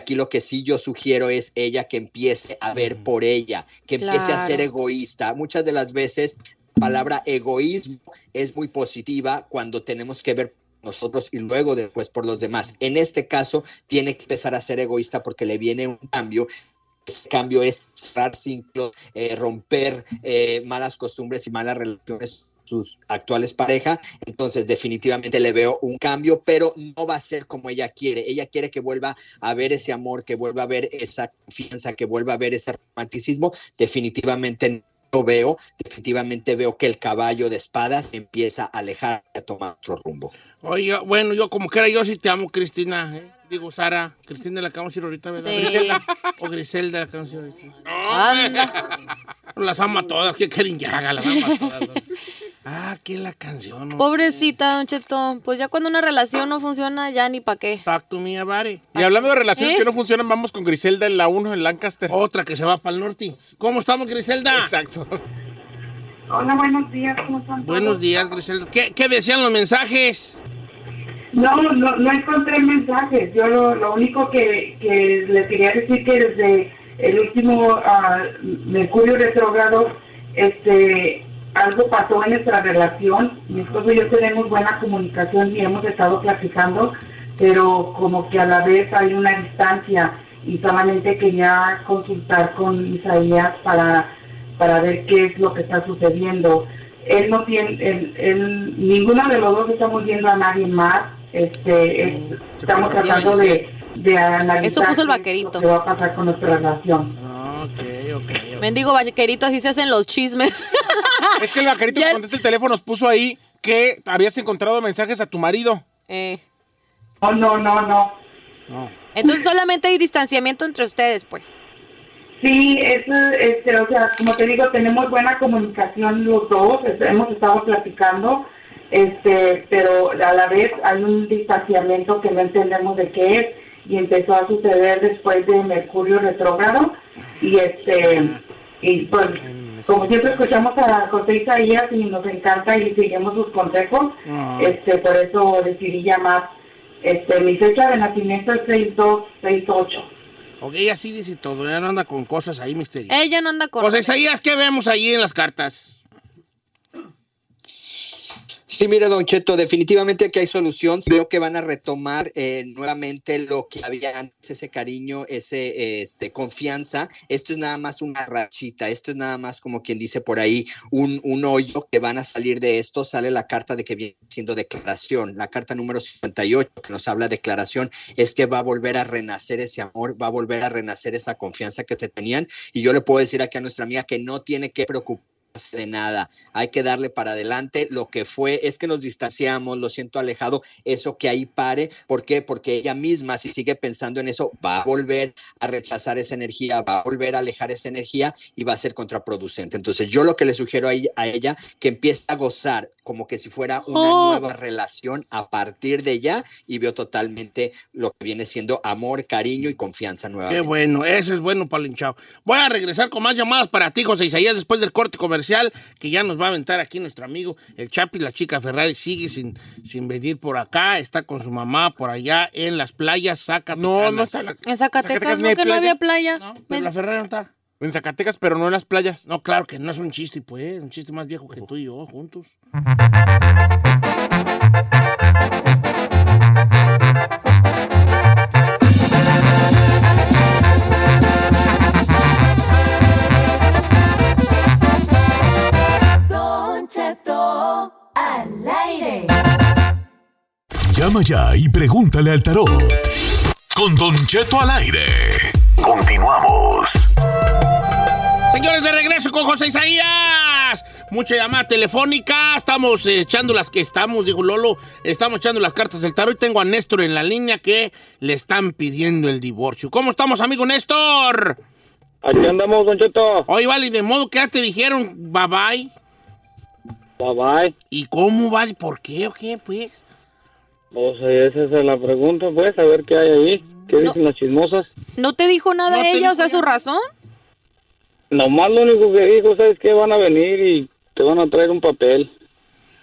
Speaker 9: Aquí lo que sí yo sugiero es ella que empiece a ver por ella, que empiece a ser
Speaker 1: Claro.
Speaker 9: egoísta. Muchas de las veces la palabra egoísmo es muy positiva cuando tenemos que ver por nosotros y luego después por los demás. En este caso, tiene que empezar a ser egoísta porque le viene un cambio ese cambio es cerrar ciclos, eh, romper eh, malas costumbres y malas relaciones sus actuales parejas, entonces definitivamente le veo un cambio, pero no va a ser como ella quiere. Ella quiere que vuelva a ver ese amor, que vuelva a ver esa confianza, que vuelva a ver ese romanticismo. Definitivamente no veo, definitivamente veo que el caballo de espadas empieza a alejar, a tomar otro rumbo.
Speaker 3: Oye, bueno, yo como quiera, yo sí te amo, Cristina. ¿eh? Digo, Sara. Cristina la acabamos de decir ahorita, ¿verdad?
Speaker 1: Sí.
Speaker 3: Griselda. O Griselda la acabamos de decir ahorita.
Speaker 1: Anda.
Speaker 3: Las amo a todas. ¿Qué quieren que haga? Las amo a todas. ah, qué la canción.
Speaker 1: Oh.
Speaker 3: ¿no?
Speaker 1: Pobrecita, Don Cheto, pues ya cuando una relación no funciona, ya ni pa' qué.
Speaker 3: Talk to me about it.
Speaker 4: Y hablando de relaciones
Speaker 1: ¿Eh?
Speaker 4: que no funcionan, vamos con Griselda en la 1 en Lancaster.
Speaker 3: Otra que se va para el norte. ¿Cómo estamos, Griselda?
Speaker 4: Exacto. [laughs]
Speaker 10: Hola, buenos días, ¿cómo están
Speaker 3: Buenos días, Griselda. ¿Qué, qué decían los mensajes?
Speaker 10: No, no, no encontré mensajes. Yo lo, lo único que, que les quería decir que desde el último ah, Mercurio retrógrado, este, algo pasó en nuestra relación. Mi esposo y yo tenemos buena comunicación y hemos estado platicando, pero como que a la vez hay una distancia y solamente quería consultar con Isaías para para ver qué es lo que está sucediendo. Él no tiene, él, él- ninguno de los dos estamos viendo a nadie más. Este, es- estamos
Speaker 3: fue la
Speaker 10: tratando
Speaker 3: tía,
Speaker 10: de, de analizar
Speaker 1: Eso puso el
Speaker 10: qué es
Speaker 1: vaquerito.
Speaker 10: lo que va a pasar con nuestra relación.
Speaker 3: Ok, ok. ok.
Speaker 1: Mendigo vaquerito, así se hacen los chismes. [laughs]
Speaker 4: Es que el vaquerito
Speaker 1: Ya-
Speaker 4: que contesta el teléfono nos puso ahí que habías encontrado mensajes a tu marido.
Speaker 1: Eh,
Speaker 10: Oh, no, no, no.
Speaker 4: No.
Speaker 1: Entonces solamente hay distanciamiento entre ustedes, pues.
Speaker 11: Sí, es, este, o sea, como te digo, tenemos buena comunicación los dos, es- hemos estado platicando, este, pero a la vez hay un distanciamiento que no entendemos de qué es y empezó a suceder después de Mercurio retrógrado y este y pues como siempre escuchamos a José Isaías y nos encanta y seguimos sus consejos, este, por eso decidí llamar. Este, mi fecha de nacimiento es 6268.
Speaker 3: Ok, ella sí dice todo, ya no anda con cosas ahí misteriosas.
Speaker 1: Ella no anda Eh, con...
Speaker 3: Pues Isaías, ¿qué vemos ahí en las cartas?
Speaker 9: Sí, mire, Don Cheto, definitivamente que hay solución. Creo que van a retomar eh, nuevamente lo que había antes, ese cariño, ese eh, este, confianza. Esto es nada más una rachita, esto es nada más como quien dice por ahí, un, un hoyo que van a salir de esto. Sale la carta de que viene siendo declaración, la carta número 58 que nos habla declaración, es que va a volver a renacer ese amor, va a volver a renacer esa confianza que se tenían. Y yo le puedo decir aquí a nuestra amiga que no tiene que preocuparse de nada, hay que darle para adelante. Lo que fue es que nos distanciamos, lo siento alejado, eso que ahí pare. ¿Por qué? Porque ella misma, si sigue pensando en eso, va a volver a rechazar esa energía, va a volver a alejar esa energía y va a ser contraproducente. Entonces, yo lo que le sugiero a ella, a ella, que empiece a gozar como que si fuera una
Speaker 12: Oh.
Speaker 9: nueva relación a partir de ya y veo totalmente lo que viene siendo amor, cariño y confianza nueva.
Speaker 3: Qué bueno, eso es bueno para el hinchado. Voy a regresar con más llamadas para ti, José Isaías, después del corte comercial que ya nos va a aventar aquí nuestro amigo el Chapi, la chica Ferrari sigue sin, sin venir por acá, está con su mamá por allá en las playas, saca No, no está la...
Speaker 1: En Zacatecas
Speaker 3: Zacatecas
Speaker 1: no,
Speaker 3: ni hay
Speaker 1: que no pues
Speaker 3: playa.
Speaker 1: había playa. Me-
Speaker 3: Pero la Ferrari no está.
Speaker 4: En Zacatecas, pero no en las playas.
Speaker 3: No, claro que no es un chiste, pues, un chiste más viejo que tú y yo juntos.
Speaker 7: Don Cheto al aire.
Speaker 8: Llama ya y pregúntale al tarot. Con Don Cheto al aire. Continuamos.
Speaker 3: Señores, de regreso con José Isaías. Mucha llamada telefónica. Estamos eh, echando las que estamos, digo Lolo. Estamos echando las cartas del tarot. Y tengo a Néstor en la línea que le están pidiendo el divorcio. ¿Cómo estamos, amigo Néstor?
Speaker 5: Aquí andamos, Don Cheto.
Speaker 3: Oye, vale, de modo que ya te dijeron bye bye.
Speaker 5: Bye bye.
Speaker 3: ¿Y cómo, vale? ¿Por qué o qué, pues?
Speaker 5: O sea, esa es la pregunta, pues, a ver qué hay ahí. ¿Qué dicen las chismosas?
Speaker 1: ¿No te dijo nada ella? O sea, su razón.
Speaker 5: Nomás lo único que dijo, ¿sabes qué? Van a venir y te van a traer un papel.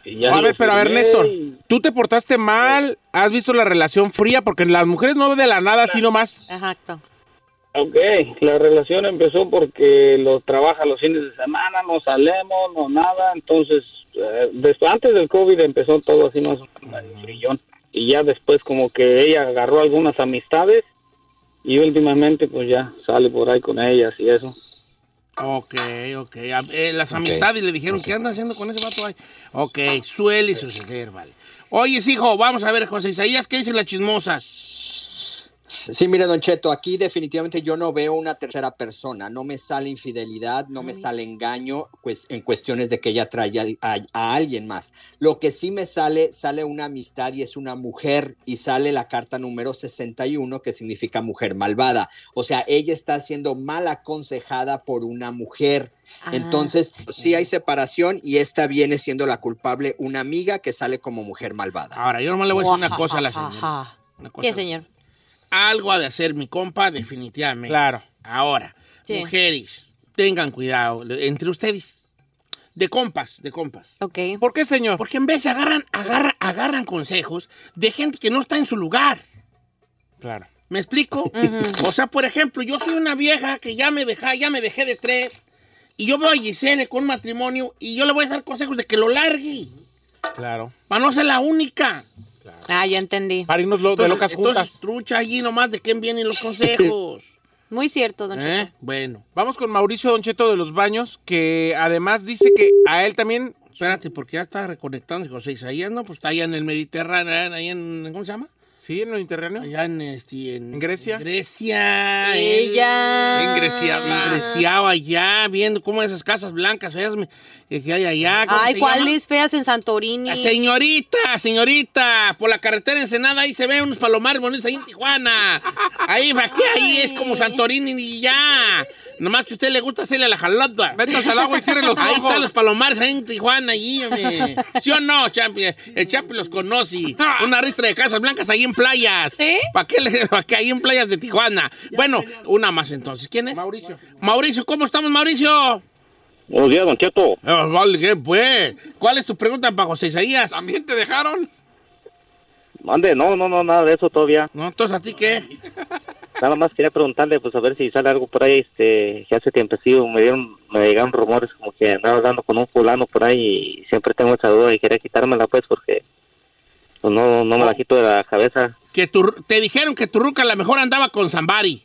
Speaker 5: Y ya
Speaker 4: a
Speaker 5: lo
Speaker 4: ver, pero a ver,
Speaker 5: firmé
Speaker 4: Néstor,
Speaker 5: y-
Speaker 4: tú te portaste mal, has visto la relación fría, porque las mujeres no de la nada, así nomás.
Speaker 1: Exacto.
Speaker 5: Ok, la relación empezó porque lo trabaja los fines de semana, no salemos, no nada, entonces eh, des- antes del COVID empezó todo así más un frillón. y ya después como que ella agarró algunas amistades y últimamente pues ya sale por ahí con ellas y eso.
Speaker 3: Ok, ok. A- eh, las amistades le dijeron, ¿qué andan haciendo con ese vato ahí? Ok, suele suceder, vale. Oye, hijo, vamos a ver, José Isaías, ¿qué dicen las chismosas?
Speaker 9: Sí, mire, Don Cheto, aquí definitivamente yo no veo una tercera persona. No me sale infidelidad, no me sale engaño pues, en cuestiones de que ella trae al- a, a alguien más. Lo que sí me sale, sale una amistad y es una mujer y sale la carta número 61 que significa mujer malvada. O sea, ella está siendo mal aconsejada por una mujer.
Speaker 13: Ah.
Speaker 9: Entonces, sí hay separación y esta viene siendo la culpable una amiga que sale como mujer malvada.
Speaker 3: Ahora, yo nomás le voy a decir una cosa a la señora. Una cosa a
Speaker 1: ¿Qué,
Speaker 3: la
Speaker 1: señor?
Speaker 3: algo ha de hacer mi compa, definitivamente. Claro. Ahora,
Speaker 1: Sí.
Speaker 3: mujeres, tengan cuidado le- entre ustedes. De compas, de compas.
Speaker 1: Ok.
Speaker 4: ¿Por qué, señor?
Speaker 3: Porque en vez agarran, agarra- agarran consejos de gente que no está en su lugar.
Speaker 4: Claro.
Speaker 3: ¿Me explico? O sea, por ejemplo, yo soy una vieja que ya me dejé, ya me dejé de tres. Y yo veo a Gisele con un matrimonio y yo le voy a dar consejos de que lo largue.
Speaker 4: Claro.
Speaker 3: Para no ser la única.
Speaker 1: Ah, ya entendí.
Speaker 4: Para irnos lo- de locas
Speaker 3: entonces,
Speaker 4: juntas.
Speaker 3: trucha allí nomás de quién vienen los consejos. ¿Eh?
Speaker 1: Muy cierto, don Cheto.
Speaker 3: Bueno.
Speaker 4: Vamos con Mauricio Don Cheto de los Baños, que además dice que a él también.
Speaker 3: Espérate, porque ya está reconectándose José Isaías, ¿no? Pues está allá ¿eh? en el Mediterráneo, allá en, ¿cómo se llama?
Speaker 4: Sí, en lo interráneo.
Speaker 3: Allá en, este, en,
Speaker 4: Grecia.
Speaker 3: Grecia.
Speaker 1: Ella.
Speaker 3: Engreciaba. Engreciaba allá, viendo cómo esas casas blancas feas me- que, que hay allá. ¿cómo
Speaker 1: Ay,
Speaker 3: se llama?
Speaker 1: ¿cuáles feas en Santorini?
Speaker 3: Ah, Señorita, señorita, por la carretera Ensenada ahí se ven unos palomares bonitos ahí en Tijuana. Ahí, va, que ahí es como Santorini y ya. Nomás que a usted le gusta hacerle la jalota.
Speaker 2: Métase al agua y cierre los
Speaker 3: Ahí
Speaker 2: ojos.
Speaker 3: están los palomares ahí en Tijuana, allí, hombre. ¿Sí o no, Champi? El Champi los conoce. Una ristra de casas blancas ahí en playas.
Speaker 1: ¿Sí?
Speaker 3: ¿Para qué, le- pa' qué ahí en playas de Tijuana? Bueno, una más entonces. ¿Quién es? Mauricio. Mauricio, ¿cómo estamos, Mauricio?
Speaker 12: Buenos días, Don Cheto.
Speaker 3: Ah, vale, ¿qué, pues? ¿Cuál es tu pregunta para José Isaías?
Speaker 2: ¿También te dejaron?
Speaker 12: Mande, no, no, no, nada de eso todavía.
Speaker 3: No, entonces, ¿a ti qué?
Speaker 12: Nada más quería preguntarle, pues a ver si sale algo por ahí, este, que hace tiempecillo me dieron, me llegaron rumores como que andaba hablando con un fulano por ahí y siempre tengo esa duda y quería quitármela pues porque pues, no, no me
Speaker 5: Ah.
Speaker 12: la quito de la cabeza.
Speaker 3: Que tu- te dijeron que tu ruca a lo mejor andaba con Zambari.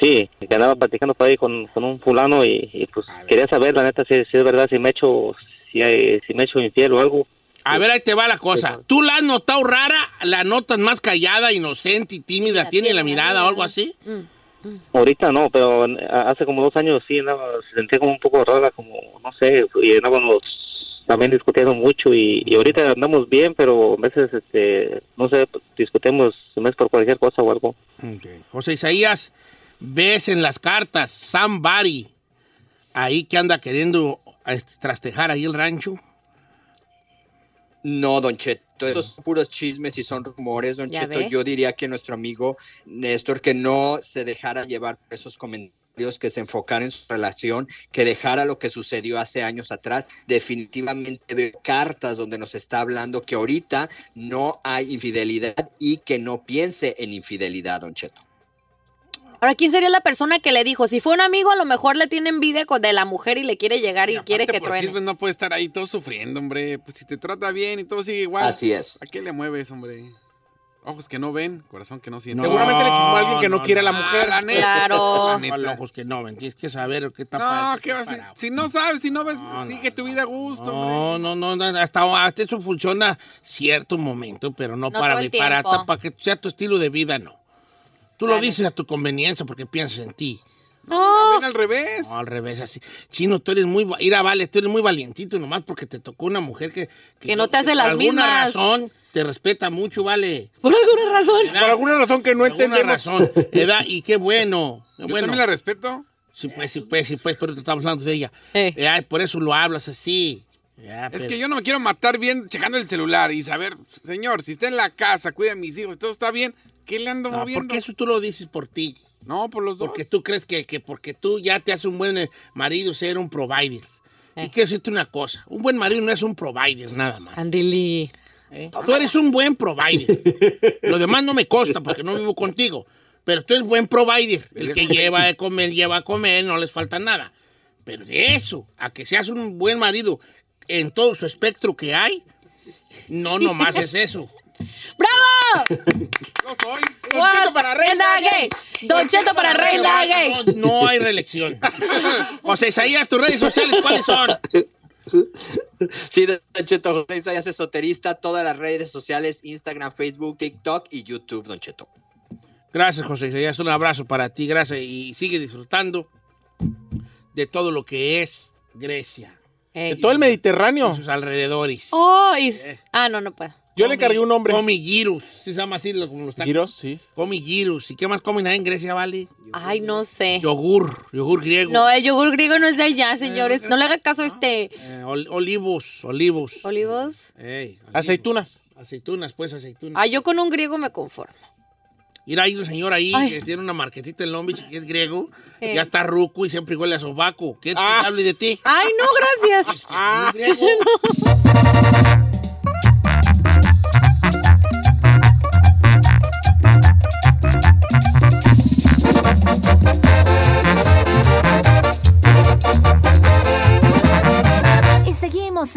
Speaker 12: Sí, que andaba platicando por ahí con, con un fulano y, y, pues quería saber la neta si, si es verdad, si me he hecho, si, hay- si me he hecho infiel o algo.
Speaker 3: A ver, ahí te va la cosa. ¿Tú la has notado rara? ¿La notas más callada, inocente y tímida? ¿Tiene la mirada o algo así?
Speaker 1: Mm.
Speaker 12: Ahorita no, pero a- hace como dos años sí, andaba, se sentía como un poco rara, como, no sé, y andábamos también discutiendo mucho y, y ahorita andamos bien, pero a veces, este, no sé, discutimos mes por cualquier cosa o algo.
Speaker 3: José Isaías, ves en las cartas Zambari, ahí que anda queriendo este, trastejar ahí el rancho.
Speaker 9: No, Don Cheto, estos son puros chismes y son rumores, Don
Speaker 1: Ya
Speaker 9: Cheto.
Speaker 1: ve.
Speaker 9: Yo diría que nuestro amigo Néstor que no se dejara llevar por esos comentarios, que se enfocara en su relación, que dejara lo que sucedió hace años atrás. Definitivamente veo cartas donde nos está hablando que ahorita no hay infidelidad y que no piense en infidelidad, Don Cheto.
Speaker 1: Ahora, ¿quién sería la persona que le dijo? Si fue un amigo, a lo mejor le tiene envidia con- de la mujer y le quiere llegar y, quiere
Speaker 2: Aparte,
Speaker 1: que
Speaker 2: por
Speaker 1: truene.
Speaker 2: chismes no puede estar ahí todo sufriendo, hombre. Pues si te trata bien y todo sigue igual.
Speaker 9: Así es.
Speaker 2: ¿A qué le mueves, hombre? Ojos que no ven, corazón que no siente. Ah,
Speaker 4: Seguramente le chismó a alguien que no, quiere a la
Speaker 2: [laughs]
Speaker 4: mujer.
Speaker 2: la neta.
Speaker 1: Claro.
Speaker 2: La neta.
Speaker 3: Con ojos que no ven, tienes que saber qué está
Speaker 2: No,
Speaker 3: pa-
Speaker 2: ¿qué va a ser?
Speaker 3: parado.
Speaker 2: Si no sabes, si no ves, pues, sigue tu vida a gusto, hombre.
Speaker 3: No, no, no, no, hasta, hasta eso funciona cierto momento, pero no,
Speaker 2: No
Speaker 3: para
Speaker 2: todo el
Speaker 3: mí, para,
Speaker 2: tiempo.
Speaker 3: para que sea tu estilo de vida, no. Tú lo dices a tu conveniencia porque piensas en ti.
Speaker 2: No. al revés.
Speaker 3: No, al revés, así. Chino, tú eres muy. va- Ira, vale, tú eres muy valientito nomás porque te tocó una mujer que.
Speaker 1: Que no te hace las
Speaker 3: por alguna
Speaker 1: mismas.
Speaker 3: razón te respeta mucho, vale.
Speaker 1: Por alguna razón.
Speaker 3: Por alguna razón que no
Speaker 4: entendemos.
Speaker 3: razón. Edad, y qué bueno. qué
Speaker 2: Yo
Speaker 3: bueno.
Speaker 2: también la respeto.
Speaker 3: Sí, pues, sí, pues, sí, pues, pero te estamos hablando de ella. Eh, ay, por eso lo hablas así. Ya, pues.
Speaker 2: Es
Speaker 3: pero-
Speaker 2: que yo no me quiero matar bien checando el celular y saber, señor, si está en la casa, cuida a mis hijos, todo está bien, ¿qué le ando
Speaker 3: No,
Speaker 2: moviendo?
Speaker 3: porque eso tú lo dices por ti.
Speaker 2: No, por los
Speaker 3: dos. Porque tú crees que, que porque tú ya te haces un buen eh, marido ser un provider. Y quiero decirte una cosa, un buen marido no es un provider nada más.
Speaker 1: Andili.
Speaker 3: Tú eres un buen provider. Lo demás no me consta porque no vivo contigo. Pero tú eres buen provider. El que lleva a comer, lleva a comer, no les falta nada. Pero de eso, a que seas un buen marido en todo su espectro que hay, no nomás es eso.
Speaker 1: ¡Bravo!
Speaker 2: Yo soy.
Speaker 1: Don Cheto para reina gay. Don Cheto para reina gay.
Speaker 3: No, no hay reelección. José Isaías, tus redes sociales, ¿cuáles son?
Speaker 9: Sí, de Don Cheto, José Isaías esoterista, todas las redes sociales, Instagram, Facebook, TikTok y YouTube, Don Cheto.
Speaker 3: Gracias, José Isaías. Un abrazo para ti, gracias. Y sigue disfrutando de todo lo que es Grecia.
Speaker 1: De
Speaker 4: todo el Mediterráneo.
Speaker 3: Sus alrededores.
Speaker 1: Oh, y- Ah, no, no puedo.
Speaker 4: Yo le cargué un hombre.
Speaker 3: Comi gyros. Se llama así lo- como los tacos.
Speaker 4: Giros, sí.
Speaker 3: Comi gyros. ¿Y qué más comen ahí en Grecia, vale?
Speaker 1: Ay, no sé.
Speaker 3: Yogur, yogur griego.
Speaker 1: No, eh. el yogur griego no es de allá, señores. No le haga caso a este.
Speaker 3: Eh, ol- olivos, olivos.
Speaker 1: Olivos.
Speaker 3: Ey, olivos.
Speaker 4: Aceitunas.
Speaker 3: Aceitunas, pues aceitunas.
Speaker 1: Ah, yo con un griego me conformo.
Speaker 3: Mira, hay un señor ahí
Speaker 1: Ay.
Speaker 3: que tiene una marquetita en Long Beach que es griego.
Speaker 1: Eh. Ah.
Speaker 3: Ya está ruco y siempre huele a sobaco. ¿Qué es que hable de ti?
Speaker 1: Ay, no, gracias.
Speaker 3: Ah.
Speaker 7: Y seguimos